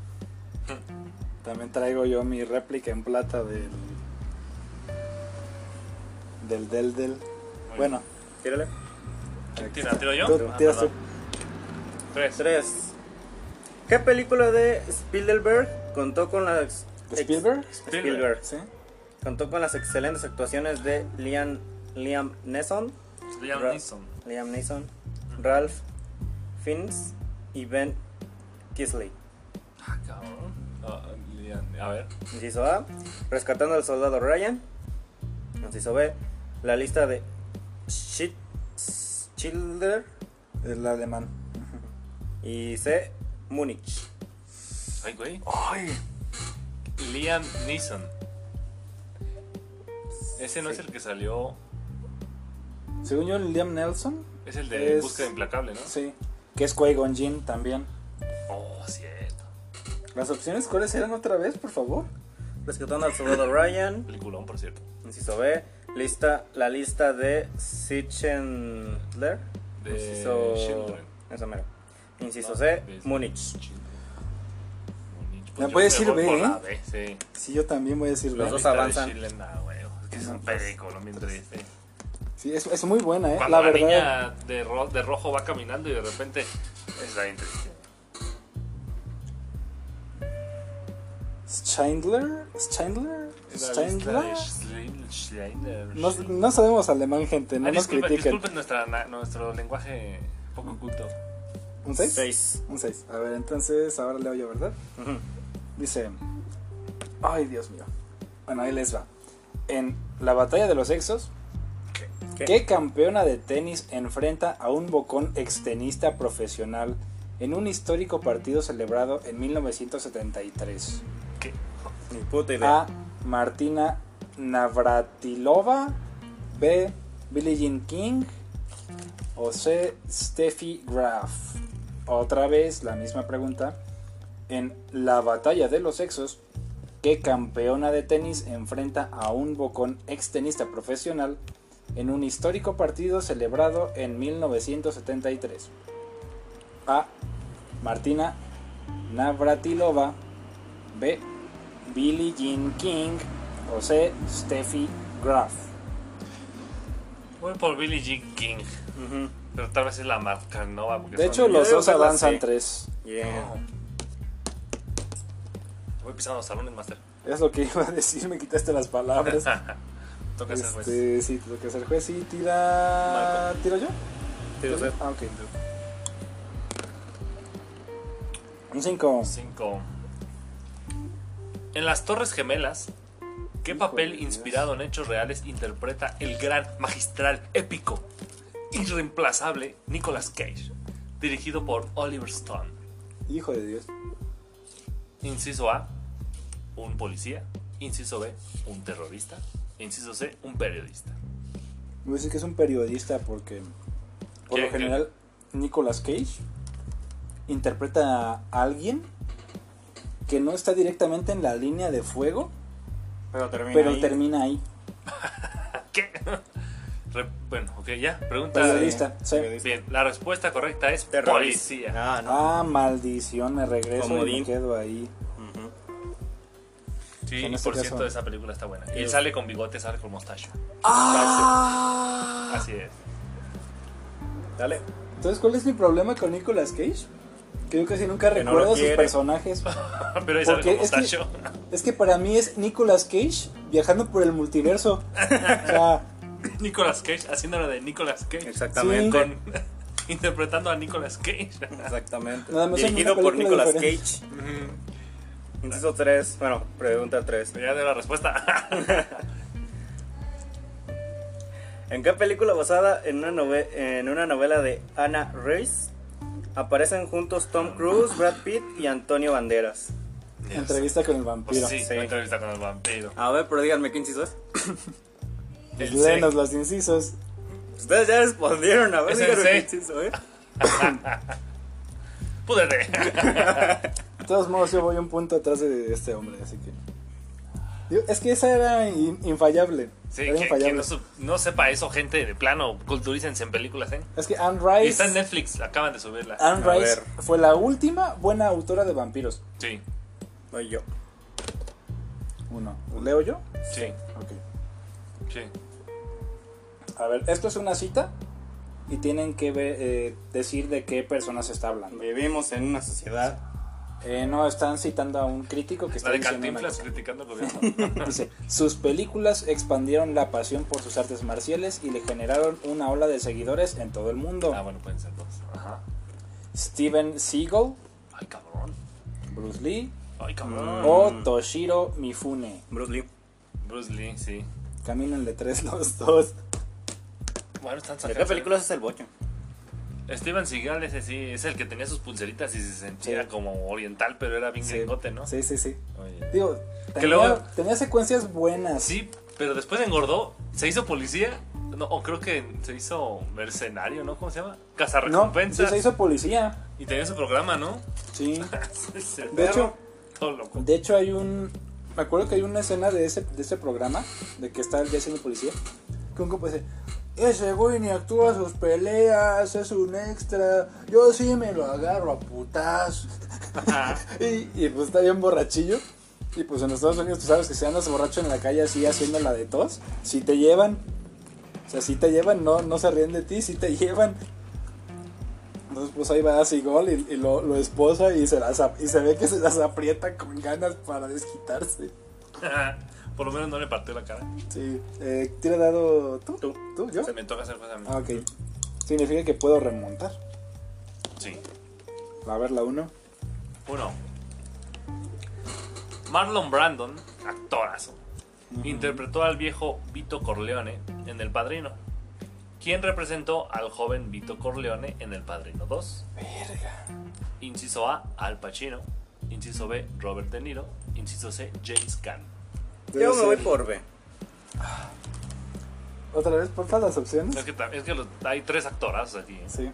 Speaker 1: También traigo yo mi réplica en plata del. Del del del. Bueno,
Speaker 3: Tírale.
Speaker 2: Tira, ¿Tiro yo?
Speaker 1: tú
Speaker 2: Ah,
Speaker 1: tiras tú.
Speaker 2: perdón. Tres.
Speaker 3: 3. ¿Qué película de Spielberg contó con las.
Speaker 1: ¿De Spielberg?
Speaker 3: Spielberg.
Speaker 1: ¿Sí?
Speaker 3: Contó con las excelentes actuaciones de Liam, Liam Neeson,
Speaker 2: Liam
Speaker 3: Ra-
Speaker 2: Neeson.
Speaker 3: Liam Neeson, Ralph Fiennes y Ben Kisley.
Speaker 2: Ah, cabrón. Ah, Liam- A ver.
Speaker 3: Inciso A, Rescatando al Soldado Ryan. Inciso B, La lista de Shit Schindler.
Speaker 1: El alemán.
Speaker 3: Y C, Múnich.
Speaker 2: Ay, güey. Liam Neeson. Ese no es
Speaker 3: Sí.
Speaker 2: el que salió.
Speaker 1: Según yo, Liam Nelson.
Speaker 2: Es el de
Speaker 1: Es-
Speaker 2: Búsqueda Implacable, ¿no?
Speaker 1: Sí. Que es Qui-Gon Jinn también.
Speaker 2: Oh, cierto.
Speaker 1: ¿Las opciones cuáles eran otra vez, por favor?
Speaker 3: Rescatando al Soldado Ryan.
Speaker 2: Peliculón, por cierto.
Speaker 3: Inciso B, lista, La lista de Schindler.
Speaker 2: De
Speaker 3: Inciso...
Speaker 2: Schindler.
Speaker 3: Eso mero. Inciso
Speaker 2: No,
Speaker 3: C,
Speaker 2: de-
Speaker 3: Múnich.
Speaker 2: Múnich.
Speaker 1: La
Speaker 2: yo
Speaker 1: puede
Speaker 2: me
Speaker 1: decir
Speaker 2: voy
Speaker 1: B,
Speaker 2: por
Speaker 1: ¿eh?
Speaker 2: la B, sí.
Speaker 1: Sí, yo también voy a decir
Speaker 3: Los
Speaker 1: B.
Speaker 3: dos
Speaker 2: La lista de
Speaker 3: avanzan.
Speaker 2: Schindler, no, güey. Es que es un película, bien triste.
Speaker 1: Sí, es, es muy buena, ¿eh?
Speaker 2: Cuando
Speaker 1: La
Speaker 2: la,
Speaker 1: verdad.
Speaker 2: niña de, ro- de rojo va caminando y de repente es la triste.
Speaker 1: Schindler. Schindler.
Speaker 2: Es la lista de
Speaker 1: Schindler.
Speaker 2: Schindler- Schindler.
Speaker 1: No, no sabemos alemán, gente. No
Speaker 2: Ah,
Speaker 1: nos
Speaker 2: disculpen,
Speaker 1: critiquen.
Speaker 2: disculpen nuestra, na- nuestro lenguaje poco oculto.
Speaker 1: ¿Un 6?
Speaker 3: 6.
Speaker 1: Un 6. A ver, entonces ahora leo yo, ¿verdad? Dice. Ay, Dios mío. Bueno, ahí les va. En la batalla de los sexos,
Speaker 3: ¿Qué?
Speaker 1: ¿qué campeona de tenis enfrenta a un bocón extenista profesional en un histórico partido celebrado en 1973?
Speaker 3: Ni puta idea.
Speaker 1: A. Martina Navratilova. B. Billie Jean King. O C. Steffi Graf. Otra vez la misma pregunta. En la batalla de los sexos, ¿qué campeona de tenis enfrenta a un bocón extenista profesional en un histórico partido celebrado en 1973? A. Martina Navratilova. B. Billie Jean King o C. Steffi Graf.
Speaker 2: Voy por Billie Jean King,
Speaker 3: Ujú.
Speaker 2: pero tal vez es la marca Nova. Porque
Speaker 1: De
Speaker 2: son-
Speaker 1: hecho, los
Speaker 3: digo
Speaker 1: dos
Speaker 3: que la
Speaker 1: avanzan
Speaker 3: C.
Speaker 1: tres.
Speaker 3: Yeah.
Speaker 1: Ah,
Speaker 2: Voy pisando los salones, Master.
Speaker 1: Es lo que iba a decir, me quitaste las
Speaker 2: *laughs*
Speaker 1: palabras.
Speaker 2: Pues, Toca pues, ser juez.
Speaker 1: este, sí, tengo que ser juez. Sí, tira. ¿Tiro yo?
Speaker 3: Tiro C.
Speaker 1: Ah, ok. Un 5.
Speaker 2: 5. En las Torres Gemelas, ¿qué papel
Speaker 1: Dios.
Speaker 2: inspirado en hechos reales interpreta el gran, magistral, épico, irreemplazable Nicolas Cage? Dirigido por Oliver Stone.
Speaker 1: Hijo de Dios.
Speaker 2: Inciso A, un policía. Inciso B, un terrorista. Inciso C, un periodista.
Speaker 1: Voy a decir que es un periodista porque, por
Speaker 2: ¿Qué-
Speaker 1: lo
Speaker 2: qué?
Speaker 1: general, Nicolas Cage interpreta a alguien que no está directamente en la línea de fuego,
Speaker 3: Pero termina.
Speaker 1: pero
Speaker 3: ahí.
Speaker 1: termina ahí.
Speaker 2: ¿Qué? *laughs* Re- bueno, ok, ya. Pregunta.
Speaker 1: Periodista, sí.
Speaker 3: Periodista.
Speaker 2: Bien, la respuesta correcta es
Speaker 3: Terrorista.
Speaker 2: policía.
Speaker 3: Ah, no.
Speaker 1: Ah, maldición, me regreso y
Speaker 3: Comodín.
Speaker 1: me quedo ahí.
Speaker 3: Ujú.
Speaker 2: Sí,
Speaker 1: En este
Speaker 2: por
Speaker 1: caso.
Speaker 2: cierto, esa película está buena. Y él sale con bigote, sale con mostacho.
Speaker 1: Ah.
Speaker 2: Así es. *laughs*
Speaker 3: Dale.
Speaker 1: Entonces, ¿cuál es mi problema con Nicolas Cage? Que yo casi nunca
Speaker 3: Que no
Speaker 1: recuerdo
Speaker 3: lo
Speaker 1: sus
Speaker 3: quiere.
Speaker 1: personajes.
Speaker 2: Pero ahí sale
Speaker 1: Porque
Speaker 2: con
Speaker 1: es que-
Speaker 2: mostacho. *laughs*
Speaker 1: Es que para mí es Nicolas Cage viajando por el multiverso. O sea,
Speaker 2: Nicolas Cage, haciéndolo de Nicolas Cage.
Speaker 3: Exactamente.
Speaker 2: Con- *laughs* interpretando a Nicolas Cage.
Speaker 3: Exactamente.
Speaker 1: Nada más en una
Speaker 3: Dirigido por
Speaker 1: película
Speaker 3: Nicolas
Speaker 1: diferente.
Speaker 3: Cage. Inciso 3. Bueno, pregunta 3.
Speaker 2: Ya dio la respuesta. *laughs*
Speaker 3: ¿En qué película basada en una, nove- en una novela de Anna Rice aparecen juntos Tom Cruise, Brad Pitt y Antonio Banderas?
Speaker 1: entrevista con el vampiro.
Speaker 2: Pues sí,
Speaker 3: Sí.
Speaker 2: una entrevista con el vampiro.
Speaker 3: A ver, pero díganme qué inciso es.
Speaker 2: El
Speaker 1: Pues Léenos
Speaker 2: C.
Speaker 1: los incisos.
Speaker 3: Ustedes ya respondieron, a ver,
Speaker 2: Es el
Speaker 3: díganme qué
Speaker 2: C.
Speaker 3: inciso es.
Speaker 1: *laughs*
Speaker 2: Púdrete.
Speaker 1: De todos modos, yo voy un punto atrás de este hombre, así que. Yo- Es que esa era in- infallable.
Speaker 2: Sí,
Speaker 1: era
Speaker 2: que, que
Speaker 1: infallable.
Speaker 2: no, su- no sepa eso, gente de plano. Culturícense en películas, ¿eh?
Speaker 1: Es Ah. que Anne
Speaker 2: Y está en
Speaker 1: Rice,
Speaker 2: Netflix, acaban de subirla.
Speaker 1: Anne
Speaker 3: A
Speaker 1: Rice
Speaker 3: ver.
Speaker 1: fue la última buena autora de vampiros.
Speaker 2: Sí,
Speaker 3: Soy yo.
Speaker 1: Uno. ¿Leo yo?
Speaker 2: sí,
Speaker 1: Ok.
Speaker 2: sí.
Speaker 1: A ver, esto es una cita y tienen que ver- eh, decir de qué persona se está hablando.
Speaker 3: Vivimos en una sociedad.
Speaker 1: Eh, no, están citando a un crítico que está
Speaker 2: La de
Speaker 1: diciendo una
Speaker 2: Cantinflas
Speaker 1: cosa.
Speaker 2: criticando al gobierno.
Speaker 1: *laughs* Dice, sus películas expandieron la pasión por sus artes marciales y le generaron una ola de seguidores en todo el mundo.
Speaker 2: ah, bueno, pueden ser dos. Ajá.
Speaker 1: Steven Seagal,
Speaker 2: Ay, cabrón.
Speaker 1: Bruce Lee
Speaker 2: Ay, cabrón.
Speaker 1: o Toshiro Mifune.
Speaker 3: Bruce Lee.
Speaker 1: Mm.
Speaker 2: Bruce
Speaker 1: Oh.
Speaker 2: Lee, sí.
Speaker 1: Camínenle tres los dos.
Speaker 2: Bueno, están ¿eh?
Speaker 3: ¿De
Speaker 2: sacando.
Speaker 3: qué películas es el bocho?
Speaker 2: Steven Seagal, ese sí, es el que tenía sus pulseritas y se sentía
Speaker 1: Sí.
Speaker 2: como oriental, pero era bien gringote, ¿no?
Speaker 1: Sí, sí, sí.
Speaker 2: Oye.
Speaker 1: Digo, tenía,
Speaker 2: luego-
Speaker 1: tenía secuencias buenas.
Speaker 2: Sí, pero después engordó, se hizo policía, no, o creo que se hizo mercenario, ¿no? ¿Cómo se llama?
Speaker 1: no,
Speaker 2: Cazarrecompensas.
Speaker 1: sí se hizo policía.
Speaker 2: Y tenía su programa, *laughs* ¿no?
Speaker 1: Sí.
Speaker 2: Se
Speaker 1: De hecho,
Speaker 2: todo loco.
Speaker 1: de hecho hay un... Me acuerdo que hay una escena de ese, de ese programa, de que está el día siendo policía, que un compa dice, ese güey ni actúa sus peleas, es un extra, yo sí me lo agarro a putas. Y, y, pues está bien borrachillo. Y pues en Estados Unidos tú sabes que si andas borracho en la calle así haciendo la de tos, si te llevan. O sea, si te llevan, no, no se ríen de ti, si te *laughs* llevan. Entonces pues ahí va así gol y, y lo, lo esposa y se, las, ap- y se ve que se las aprieta con ganas para desquitarse.
Speaker 2: Por lo menos no le partió la cara.
Speaker 1: Sí. Eh, ¿Tira dado tú?
Speaker 3: Tú.
Speaker 1: ¿Tú? ¿Yo?
Speaker 2: Se me toca hacer cosas a mí.
Speaker 1: Ah, ok. Significa que puedo remontar.
Speaker 2: Sí.
Speaker 1: A ver la uno.
Speaker 2: Uno. Marlon Brandon, actorazo, interpretó al viejo Vito Corleone en El Padrino. ¿Quién representó al joven Vito Corleone en El Padrino 2? Inciso A, Al Pacino. Inciso B, Robert De Niro. Inciso C, James Caan.
Speaker 1: Debe
Speaker 3: Yo me voy
Speaker 1: ser-
Speaker 3: por B.
Speaker 1: ¿Otra vez por todas las opciones?
Speaker 2: Es que, ta- es que los- hay tres actorazos aquí. ¿eh?
Speaker 1: Sí.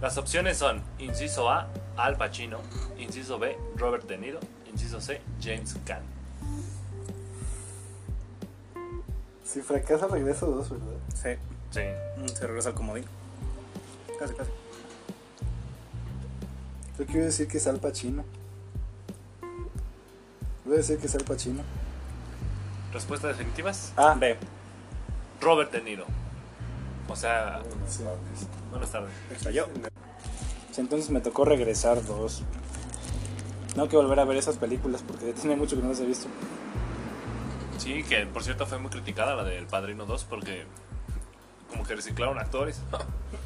Speaker 2: Las opciones son Inciso A, Al Pacino. Inciso B, Robert De Niro. Inciso C, James Caan.
Speaker 1: Si fracasa, regreso dos, ¿verdad?
Speaker 3: Sí.
Speaker 2: Sí.
Speaker 3: Mm, Se regresa al comodín. Casi, casi.
Speaker 1: Yo quiero decir que es Al Pacino. Voy a decir que es Al Pacino.
Speaker 2: ¿Respuestas definitivas?
Speaker 1: Ah,
Speaker 3: B.
Speaker 2: Robert De Niro. O sea,
Speaker 1: sí.
Speaker 2: buenas tardes.
Speaker 3: Soy yo.
Speaker 1: Sí, Entonces me tocó regresar dos. Tengo que volver a ver esas películas porque tiene mucho que no las he visto.
Speaker 2: Sí, que por cierto fue muy criticada la del Padrino 2 porque como que reciclaron actores.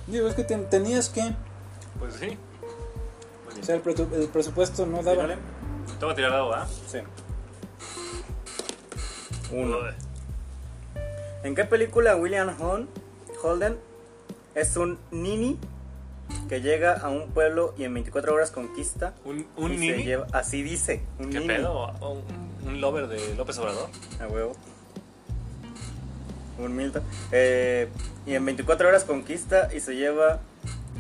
Speaker 1: Digo, es que ten- tenías que.
Speaker 2: Pues sí. Muy
Speaker 1: O
Speaker 2: bien.
Speaker 1: sea, el, pretu- el presupuesto no daba.
Speaker 3: ¿Tírale?
Speaker 2: Tengo que tirar ¿ah? dado, ¿verdad?
Speaker 3: Sí. Uno.
Speaker 2: Uy.
Speaker 3: ¿En qué película William Hon- Holden es un nini que llega a un pueblo y en 24 horas conquista?
Speaker 2: ¿Un, un
Speaker 3: y se
Speaker 2: nini?
Speaker 3: lleva- así dice. Un
Speaker 2: ¿Qué
Speaker 3: nini.
Speaker 2: pedo? ¿Un, un lover de López Obrador?
Speaker 3: A huevo. un Milton. Eh, y en 24 horas conquista y se lleva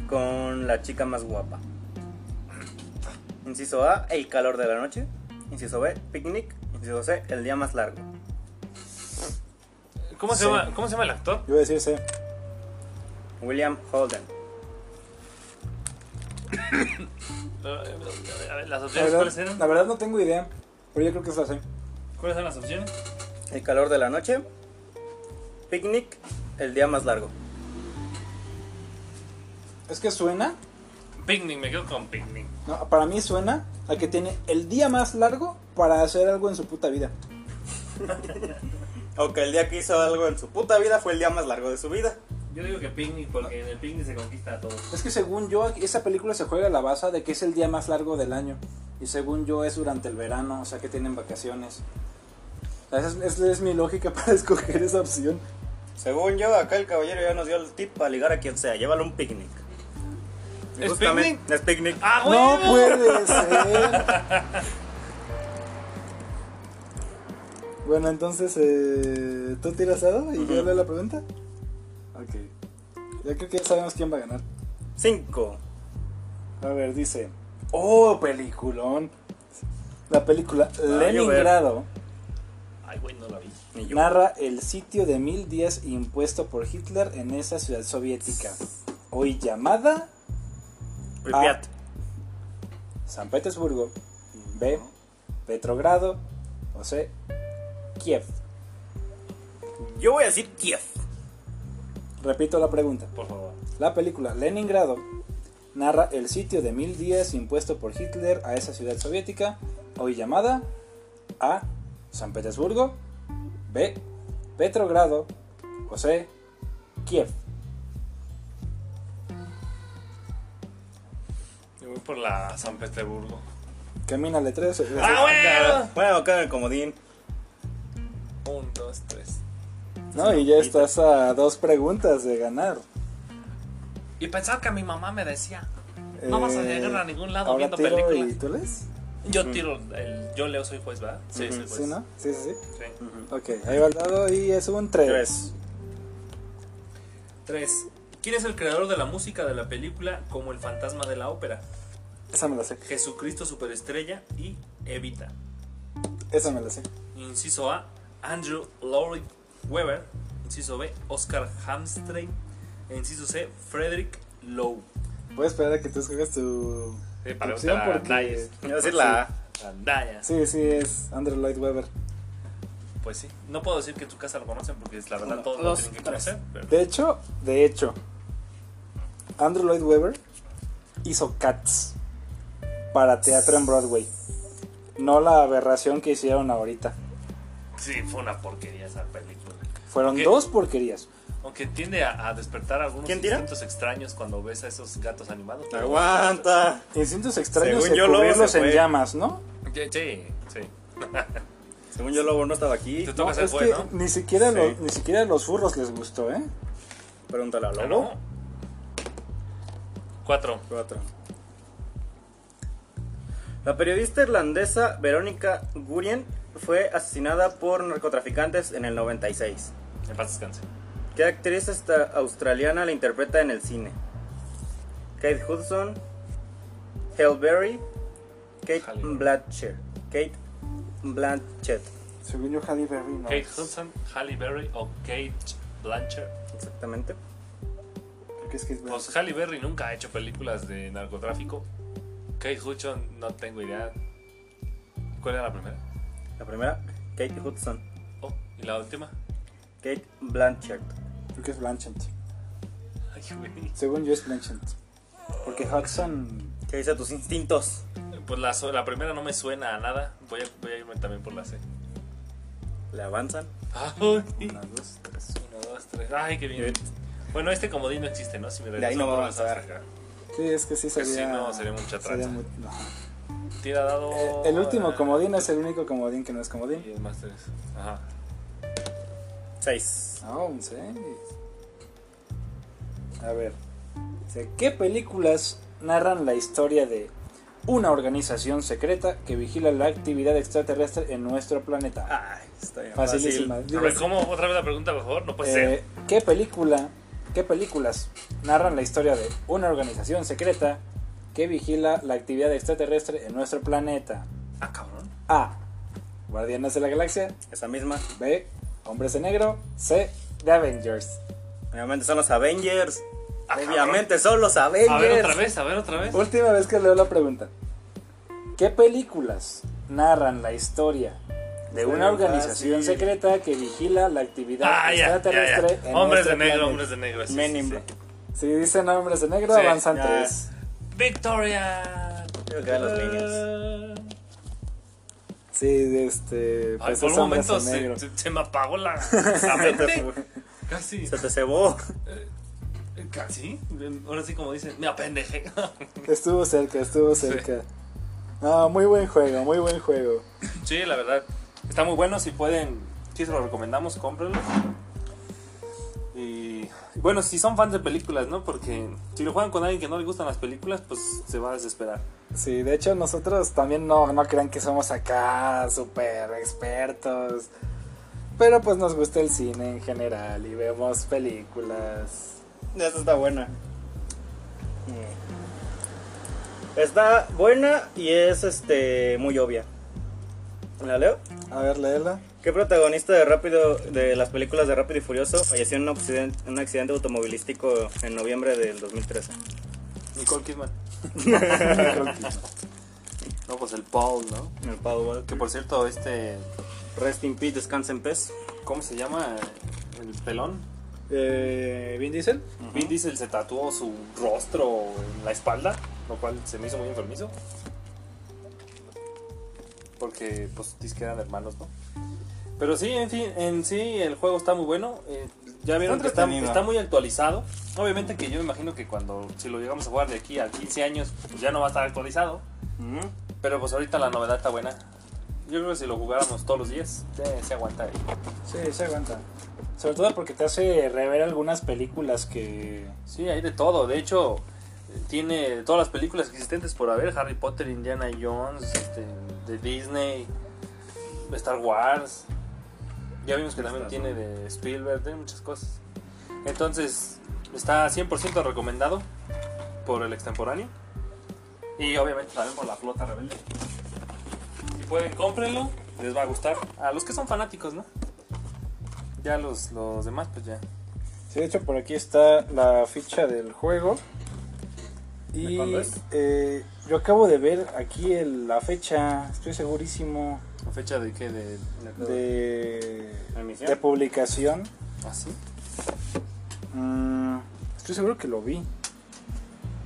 Speaker 3: con la chica más guapa. Inciso A, el calor de la noche. Inciso B, picnic. Inciso C, el día más largo.
Speaker 2: ¿Cómo se,
Speaker 1: Sí.
Speaker 2: llama, ¿Cómo se llama el actor?
Speaker 1: Yo voy a decir C.
Speaker 3: William Holden.
Speaker 2: Eh, A ver, las
Speaker 1: La
Speaker 2: opciones, ¿cuáles
Speaker 1: verdad,
Speaker 2: eran?
Speaker 1: la verdad no tengo idea, pero yo creo que es la C.
Speaker 2: ¿Cuáles eran las opciones?
Speaker 3: El calor de la noche. Picnic, el día más largo.
Speaker 1: Es que suena,
Speaker 2: Picnic, me quedo con Picnic.
Speaker 1: no, para mí suena a que tiene el día más largo para hacer algo en su puta vida.
Speaker 3: Aunque el día que hizo algo en su puta vida fue el día más largo de su vida.
Speaker 2: Yo digo que Picnic porque en el Picnic se conquista a todos.
Speaker 1: Es que según yo, esa película se juega a la base de que es el día más largo del año. Y según yo, es durante el verano, o sea que tienen vacaciones. O sea, Esa es, esa es mi lógica *laughs* para escoger esa opción.
Speaker 3: Según yo, acá el caballero ya nos dio el tip para ligar a quien sea. Llévalo a un picnic.
Speaker 2: ¿Es
Speaker 3: Justamente- Es picnic.
Speaker 2: ¡Ah,
Speaker 1: No
Speaker 2: huevo!
Speaker 1: puede ser. Bueno, entonces, eh, ¿tú tiras dado y yo leo la pregunta? Ok. Ya creo que ya sabemos quién va a ganar.
Speaker 3: 5.
Speaker 1: A ver, dice. ¡Oh, peliculón! La película
Speaker 3: llover.
Speaker 1: Leningrado
Speaker 2: Ay, güey, no la vi.
Speaker 3: Ni yo.
Speaker 1: narra el sitio de 1010 impuesto por Hitler en esa ciudad soviética, hoy llamada
Speaker 3: Pripyat.
Speaker 1: San Petersburgo, B, Petrogrado o C, Kiev.
Speaker 3: Yo voy a decir Kiev.
Speaker 1: Repito la pregunta.
Speaker 2: Por favor.
Speaker 1: La película Leningrado narra el sitio de 1010 impuesto por Hitler a esa ciudad soviética, hoy llamada A. San Petersburgo, B. Petrogrado o C. Kiev.
Speaker 2: Yo voy por la San Petersburgo.
Speaker 1: Camínale tres.
Speaker 2: ¡Ah,
Speaker 3: Acá-
Speaker 2: huevo!
Speaker 3: Bueno, acá en el comodín.
Speaker 2: Un, dos, tres.
Speaker 1: No, y ya estás a dos preguntas de ganar.
Speaker 2: Y pensaba que mi mamá me decía, No vas a llegar a ningún lado
Speaker 1: Eh, ahora
Speaker 2: viendo
Speaker 1: tiro
Speaker 2: películas.
Speaker 1: ¿Y tú lees?
Speaker 2: yo tiro, el, yo leo, soy juez, ¿verdad? Sí, soy juez.
Speaker 1: Sí, ¿no? Sí, sí, sí.
Speaker 2: Sí.
Speaker 1: Ok, ahí va el dado y es un 3.
Speaker 3: 3.
Speaker 2: Tres. ¿Quién es el creador de la música de la película como El fantasma de la ópera?
Speaker 1: Esa me la sé.
Speaker 2: Jesucristo Superestrella y Evita.
Speaker 1: Esa me la sé.
Speaker 2: Inciso A, Andrew Lloyd Webber. Inciso B, Oscar Hamstring. Inciso C, Frederick Lowe.
Speaker 1: Voy a esperar a que tú escogas tu
Speaker 2: Sí, para
Speaker 1: opción
Speaker 2: usar
Speaker 1: porque...
Speaker 2: detalles.
Speaker 3: Voy a decir la A.
Speaker 2: Andaya.
Speaker 1: Sí, sí, es Andrew Lloyd Webber.
Speaker 2: Pues sí. No puedo decir que en tu casa lo conocen porque es la verdad
Speaker 1: Uno,
Speaker 2: todos lo
Speaker 1: dos,
Speaker 2: tienen que
Speaker 1: tres.
Speaker 2: conocer. pero-
Speaker 1: De hecho, de hecho, Andrew Lloyd Webber hizo Cats para teatro en Broadway. No la aberración que hicieron ahorita.
Speaker 2: Sí, fue una porquería esa película.
Speaker 1: Fueron
Speaker 2: Ok.
Speaker 1: dos porquerías.
Speaker 2: Aunque tiende a, a despertar algunos
Speaker 3: ¿Quién tira? Ah,
Speaker 2: instintos extraños cuando ves a esos gatos animados. pero-
Speaker 3: Aguanta.
Speaker 1: Instintos extraños
Speaker 3: Según
Speaker 1: de
Speaker 3: yo, Lobo
Speaker 1: cubrirlos
Speaker 3: se
Speaker 1: en
Speaker 3: fue.
Speaker 1: llamas, ¿no?
Speaker 2: Sí, sí, sí.
Speaker 3: Según yo, Lobo no estaba aquí.
Speaker 2: Te
Speaker 1: No,
Speaker 2: toca ser
Speaker 1: es
Speaker 2: juez,
Speaker 1: que
Speaker 2: ¿no?
Speaker 1: ni siquiera
Speaker 3: Sí.
Speaker 1: los, ni siquiera los furros les gustó, ¿eh?
Speaker 3: Pregúntale a
Speaker 2: Ah,
Speaker 3: Lobo.
Speaker 2: no. Cuatro.
Speaker 3: 4. La periodista irlandesa Verónica Gurien fue asesinada por narcotraficantes en el 96.
Speaker 2: En paz descanse.
Speaker 3: ¿Qué actriz esta- australiana la interpreta en el cine? Kate Hudson, Hale Berry, Kate
Speaker 2: Halle Berry.
Speaker 3: Blanchett. Kate Blanchett,
Speaker 1: Según yo, Halle Berry no.
Speaker 2: Kate Hudson, Halle Berry o Kate Blanchard.
Speaker 3: exactamente.
Speaker 1: Creo que es Kate Berry.
Speaker 2: Pues Halle Berry nunca ha hecho películas de narcotráfico. Kate Hudson, no tengo idea. ¿Cuál era la primera?
Speaker 3: La primera, Kate Hudson,
Speaker 2: Oh, ¿y la última?
Speaker 3: Kate Blanchett.
Speaker 1: Creo que es Blanchett.
Speaker 2: Ay, güey.
Speaker 1: Según yo, es Blanchett. Porque Hudson.
Speaker 3: ¿Qué dice tus instintos?
Speaker 2: Pues la, so- la primera no me suena a nada. Voy a, voy a irme también por la C.
Speaker 3: ¿Le avanzan?
Speaker 2: Ay.
Speaker 1: Una, dos, tres.
Speaker 2: Uno, dos, tres. Ay, qué bien. Bueno, este comodín no existe, ¿no? Si me
Speaker 3: De ahí no
Speaker 2: regreso,
Speaker 3: vamos a
Speaker 2: lo
Speaker 3: ver.
Speaker 2: sacar.
Speaker 1: Sí, es que sí
Speaker 2: Que
Speaker 1: sería.
Speaker 2: sí, no, sería mucha tranza.
Speaker 1: mu- no.
Speaker 2: Tira dado.
Speaker 1: Eh, El último
Speaker 2: ah,
Speaker 1: comodín es el único comodín que no es
Speaker 2: Y
Speaker 1: comodín.
Speaker 2: el más tres. Ajá.
Speaker 3: 6.
Speaker 1: Ah, un seis. A ver. Dice, ¿Qué películas narran la historia de una organización secreta que vigila la actividad extraterrestre en nuestro planeta.
Speaker 2: Ah,
Speaker 4: Ay, está bien
Speaker 1: Facilísima.
Speaker 4: fácil.
Speaker 2: A ver, ¿cómo? Otra vez la pregunta, por favor. No puede
Speaker 1: Eh,
Speaker 2: ser.
Speaker 1: ¿Qué película, qué películas narran la historia de una organización secreta que vigila la actividad extraterrestre en nuestro planeta?
Speaker 2: Ah, cabrón.
Speaker 1: A. Guardianes de la Galaxia.
Speaker 3: Esa misma.
Speaker 1: B. Hombres de Negro. C. The Avengers.
Speaker 3: Obviamente son los Avengers.
Speaker 2: Ah,
Speaker 3: Obviamente son los Avengers.
Speaker 2: A ver otra vez, a ver otra vez.
Speaker 1: Última vez que leo la pregunta. ¿Qué películas narran la historia de una
Speaker 3: Muy
Speaker 1: organización
Speaker 3: fácil.
Speaker 1: secreta que vigila la actividad
Speaker 2: Ah, ya, ya, ya.
Speaker 1: extraterrestre en
Speaker 2: Hombres
Speaker 1: nuestro
Speaker 2: de negro,
Speaker 1: planeta?
Speaker 2: hombres de negro. sí,
Speaker 3: este Men
Speaker 2: sí,
Speaker 3: in
Speaker 2: sí.
Speaker 3: Black.
Speaker 1: Si dicen hombres de negro,
Speaker 2: Sí,
Speaker 1: avanzan
Speaker 3: ya.
Speaker 1: tres.
Speaker 2: Victoria.
Speaker 3: Creo que eran los niños.
Speaker 2: Ah,
Speaker 1: Sí, de este.
Speaker 2: Ay,
Speaker 1: Pues
Speaker 2: por
Speaker 1: es
Speaker 2: un
Speaker 1: hombres
Speaker 2: momento
Speaker 1: de negro.
Speaker 2: se, se- se me apagó
Speaker 3: *laughs*
Speaker 2: la, la mente. Casi. eh,
Speaker 3: Se te cebó.
Speaker 2: Casi. Ahora sí, como dicen, me apendejé. *laughs*
Speaker 1: Estuvo cerca, estuvo cerca. No, muy buen juego, muy buen juego.
Speaker 2: Sí, la verdad. Está muy bueno. Si pueden, si se lo recomendamos, cómprenlo. Y bueno, si son fans de películas, ¿no? Porque si lo juegan con alguien que no le gustan las películas, pues se va a desesperar.
Speaker 1: Sí, de hecho nosotros también no, no crean que somos acá super expertos. Pero pues nos gusta el cine en general y vemos películas. Mm.
Speaker 3: Esta está buena. Está buena y es este muy obvia. ¿La leo?
Speaker 1: A ver, léela.
Speaker 3: ¿Qué protagonista de rápido de las películas de Rápido y Furioso falleció en un accidente, un accidente automovilístico en noviembre del 2013?
Speaker 2: Nicole Kidman. No, pues el Paul, ¿no?
Speaker 3: En el Paul Walker.
Speaker 2: Que por cierto, este.
Speaker 3: Rest in peace, descansa en pez.
Speaker 2: ¿Cómo se llama? El pelón.
Speaker 1: Eh, ¿Vin Diesel?
Speaker 2: Vin Diesel se tatuó su rostro en la espalda, lo cual se me hizo muy enfermizo. Porque, pues, dice que eran hermanos, ¿no? Pero sí, en fin, en sí, el juego está muy bueno. eh, ya vieron que está,
Speaker 3: entretenido.
Speaker 2: está muy actualizado. Obviamente que yo me imagino que cuando, si lo llegamos a jugar de aquí a 15 años, pues ya no va a estar actualizado. Pero pues ahorita la novedad está buena. Yo creo que si lo jugáramos todos los días, eh, se aguanta ahí.
Speaker 1: Sí, se aguanta. Sobre todo porque te hace rever algunas películas que...
Speaker 2: Sí, hay de todo. De hecho, eh, tiene todas las películas existentes por haber: Harry Potter, Indiana Jones, este, de Disney, Star Wars. Ya vimos que también tiene de Spielberg, tiene muchas cosas. Entonces, está 100% recomendado por el extemporáneo. Y obviamente también por la flota rebelde. Si pueden, cómprenlo. Les va a gustar. A los que son fanáticos, ¿no? Ya los, los demás, pues ya.
Speaker 1: Sí, de hecho por aquí está la ficha del juego.
Speaker 3: ¿De
Speaker 1: Y
Speaker 3: cuándo es?
Speaker 1: eh, yo acabo de ver aquí el- la fecha, estoy segurísimo,
Speaker 2: ¿Fecha de qué? De,
Speaker 1: de,
Speaker 3: ¿Emisión?
Speaker 1: de publicación.
Speaker 2: ¿Así?
Speaker 1: Mm, estoy seguro que lo vi.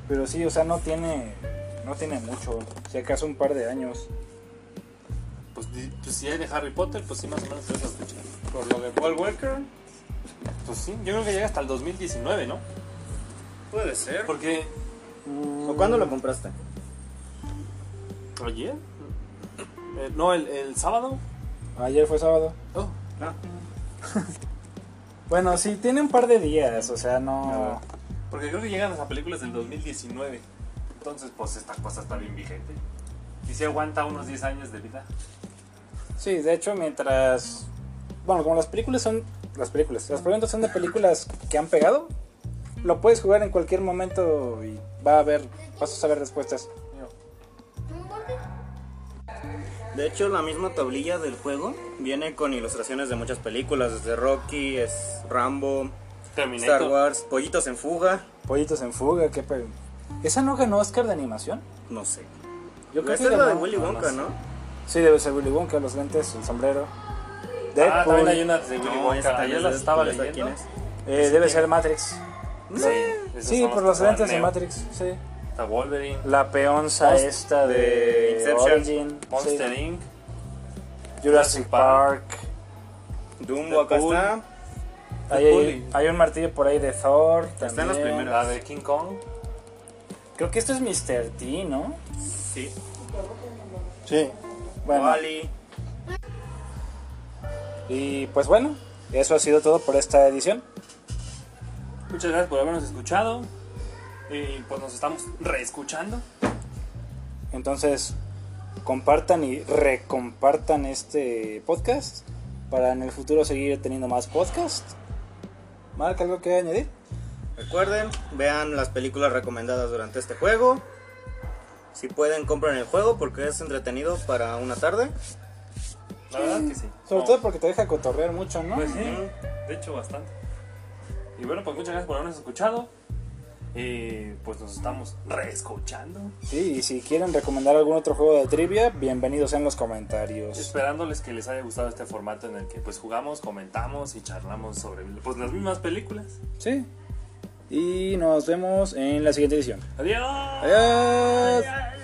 Speaker 1: Pero sí, o sea, no tiene, no tiene mucho, si acaso un par de años.
Speaker 2: Pues, di- pues si hay de Harry Potter, pues sí, más o menos de esas fechas.
Speaker 3: Por lo de Paul Walker,
Speaker 2: Pues sí, yo creo que llega hasta el 2019, ¿no?
Speaker 3: puede ser.
Speaker 2: Porque.
Speaker 3: ¿O cuándo lo compraste?
Speaker 2: ¿Ayer? Eh, no, el, el sábado.
Speaker 1: Ayer fue sábado.
Speaker 2: Oh,
Speaker 1: Bueno, sí, tiene un par de días, o sea, no...
Speaker 2: porque creo que llegan las películas del 2019. Entonces, pues esta cosa está bien vigente. Y se aguanta unos 10 años de vida.
Speaker 1: Sí, de hecho, mientras. Bueno, como las películas son. Las películas. Las preguntas son de películas que han pegado. Lo puedes jugar en cualquier momento y va a haber. Vas a saber respuestas.
Speaker 3: De hecho, la misma tablilla del juego viene con ilustraciones de muchas películas, desde Rocky, es Rambo, Star
Speaker 2: Terminator.
Speaker 3: Wars, Pollitos en Fuga,
Speaker 1: Pollitos en fuga, qué pe... ¿Esa no ganó Oscar de animación?
Speaker 3: no sé.
Speaker 1: Yo
Speaker 3: Esta es la de
Speaker 1: ganó-
Speaker 3: Willy Wonka,
Speaker 1: sé.
Speaker 3: ¿no?
Speaker 1: Sí, debe ser Willy Wonka, los lentes, el sombrero.
Speaker 2: Ah,
Speaker 1: Deadpool.
Speaker 2: también hay una de Willy Wonka.
Speaker 3: esta
Speaker 2: Ayer
Speaker 3: es
Speaker 2: las
Speaker 3: de-
Speaker 2: estaba
Speaker 3: esta,
Speaker 2: leyendo.
Speaker 3: ¿quién es?
Speaker 1: Eh, debe ser Matrix.
Speaker 2: Sí, esas
Speaker 1: Sí,
Speaker 2: son
Speaker 1: por
Speaker 2: las
Speaker 1: los
Speaker 2: que dan
Speaker 1: lentes de
Speaker 2: Neo.
Speaker 1: Matrix, sí.
Speaker 2: Está Wolverine,
Speaker 1: La peonza
Speaker 2: Monst-
Speaker 1: esta
Speaker 3: de
Speaker 1: de
Speaker 3: Inception.
Speaker 1: Origin,
Speaker 2: Monster
Speaker 1: sí.
Speaker 2: Inc.
Speaker 1: Jurassic
Speaker 2: Jurassic Park.
Speaker 1: Park.
Speaker 3: Dumbo, acá
Speaker 2: Deadpool.
Speaker 3: está.
Speaker 1: Hay, hay- hay un martillo por ahí de Thor.
Speaker 3: Está en
Speaker 1: también.
Speaker 3: las primeras.
Speaker 2: La de King Kong.
Speaker 1: Creo que esto es Mr. T, ¿no?
Speaker 3: Sí.
Speaker 1: Sí. Bueno,
Speaker 3: Wall-E.
Speaker 1: y pues bueno, eso ha sido todo por esta edición.
Speaker 2: Muchas gracias por habernos escuchado. Y pues nos estamos reescuchando.
Speaker 1: En Entonces, compartan y recompartan este podcast para en el futuro seguir teniendo más podcast. Marca algo que añadir.
Speaker 3: Recuerden, vean las películas recomendadas durante este juego. Si pueden, compren el juego porque es entretenido para una tarde.
Speaker 2: La verdad que sí.
Speaker 1: Sobre
Speaker 2: No.
Speaker 1: todo porque te deja cotorrear mucho, ¿no?
Speaker 2: Pues sí, de hecho bastante. Y bueno, pues muchas gracias por habernos escuchado. Y pues nos estamos reescuchando.
Speaker 1: Sí, y si quieren recomendar algún otro juego de trivia, bienvenidos en los comentarios.
Speaker 2: Esperándoles que les haya gustado este formato en el que pues jugamos, comentamos y charlamos sobre pues las mismas películas.
Speaker 1: Sí. Y nos vemos en la siguiente edición.
Speaker 2: Adiós.
Speaker 1: Adiós.
Speaker 2: Adiós.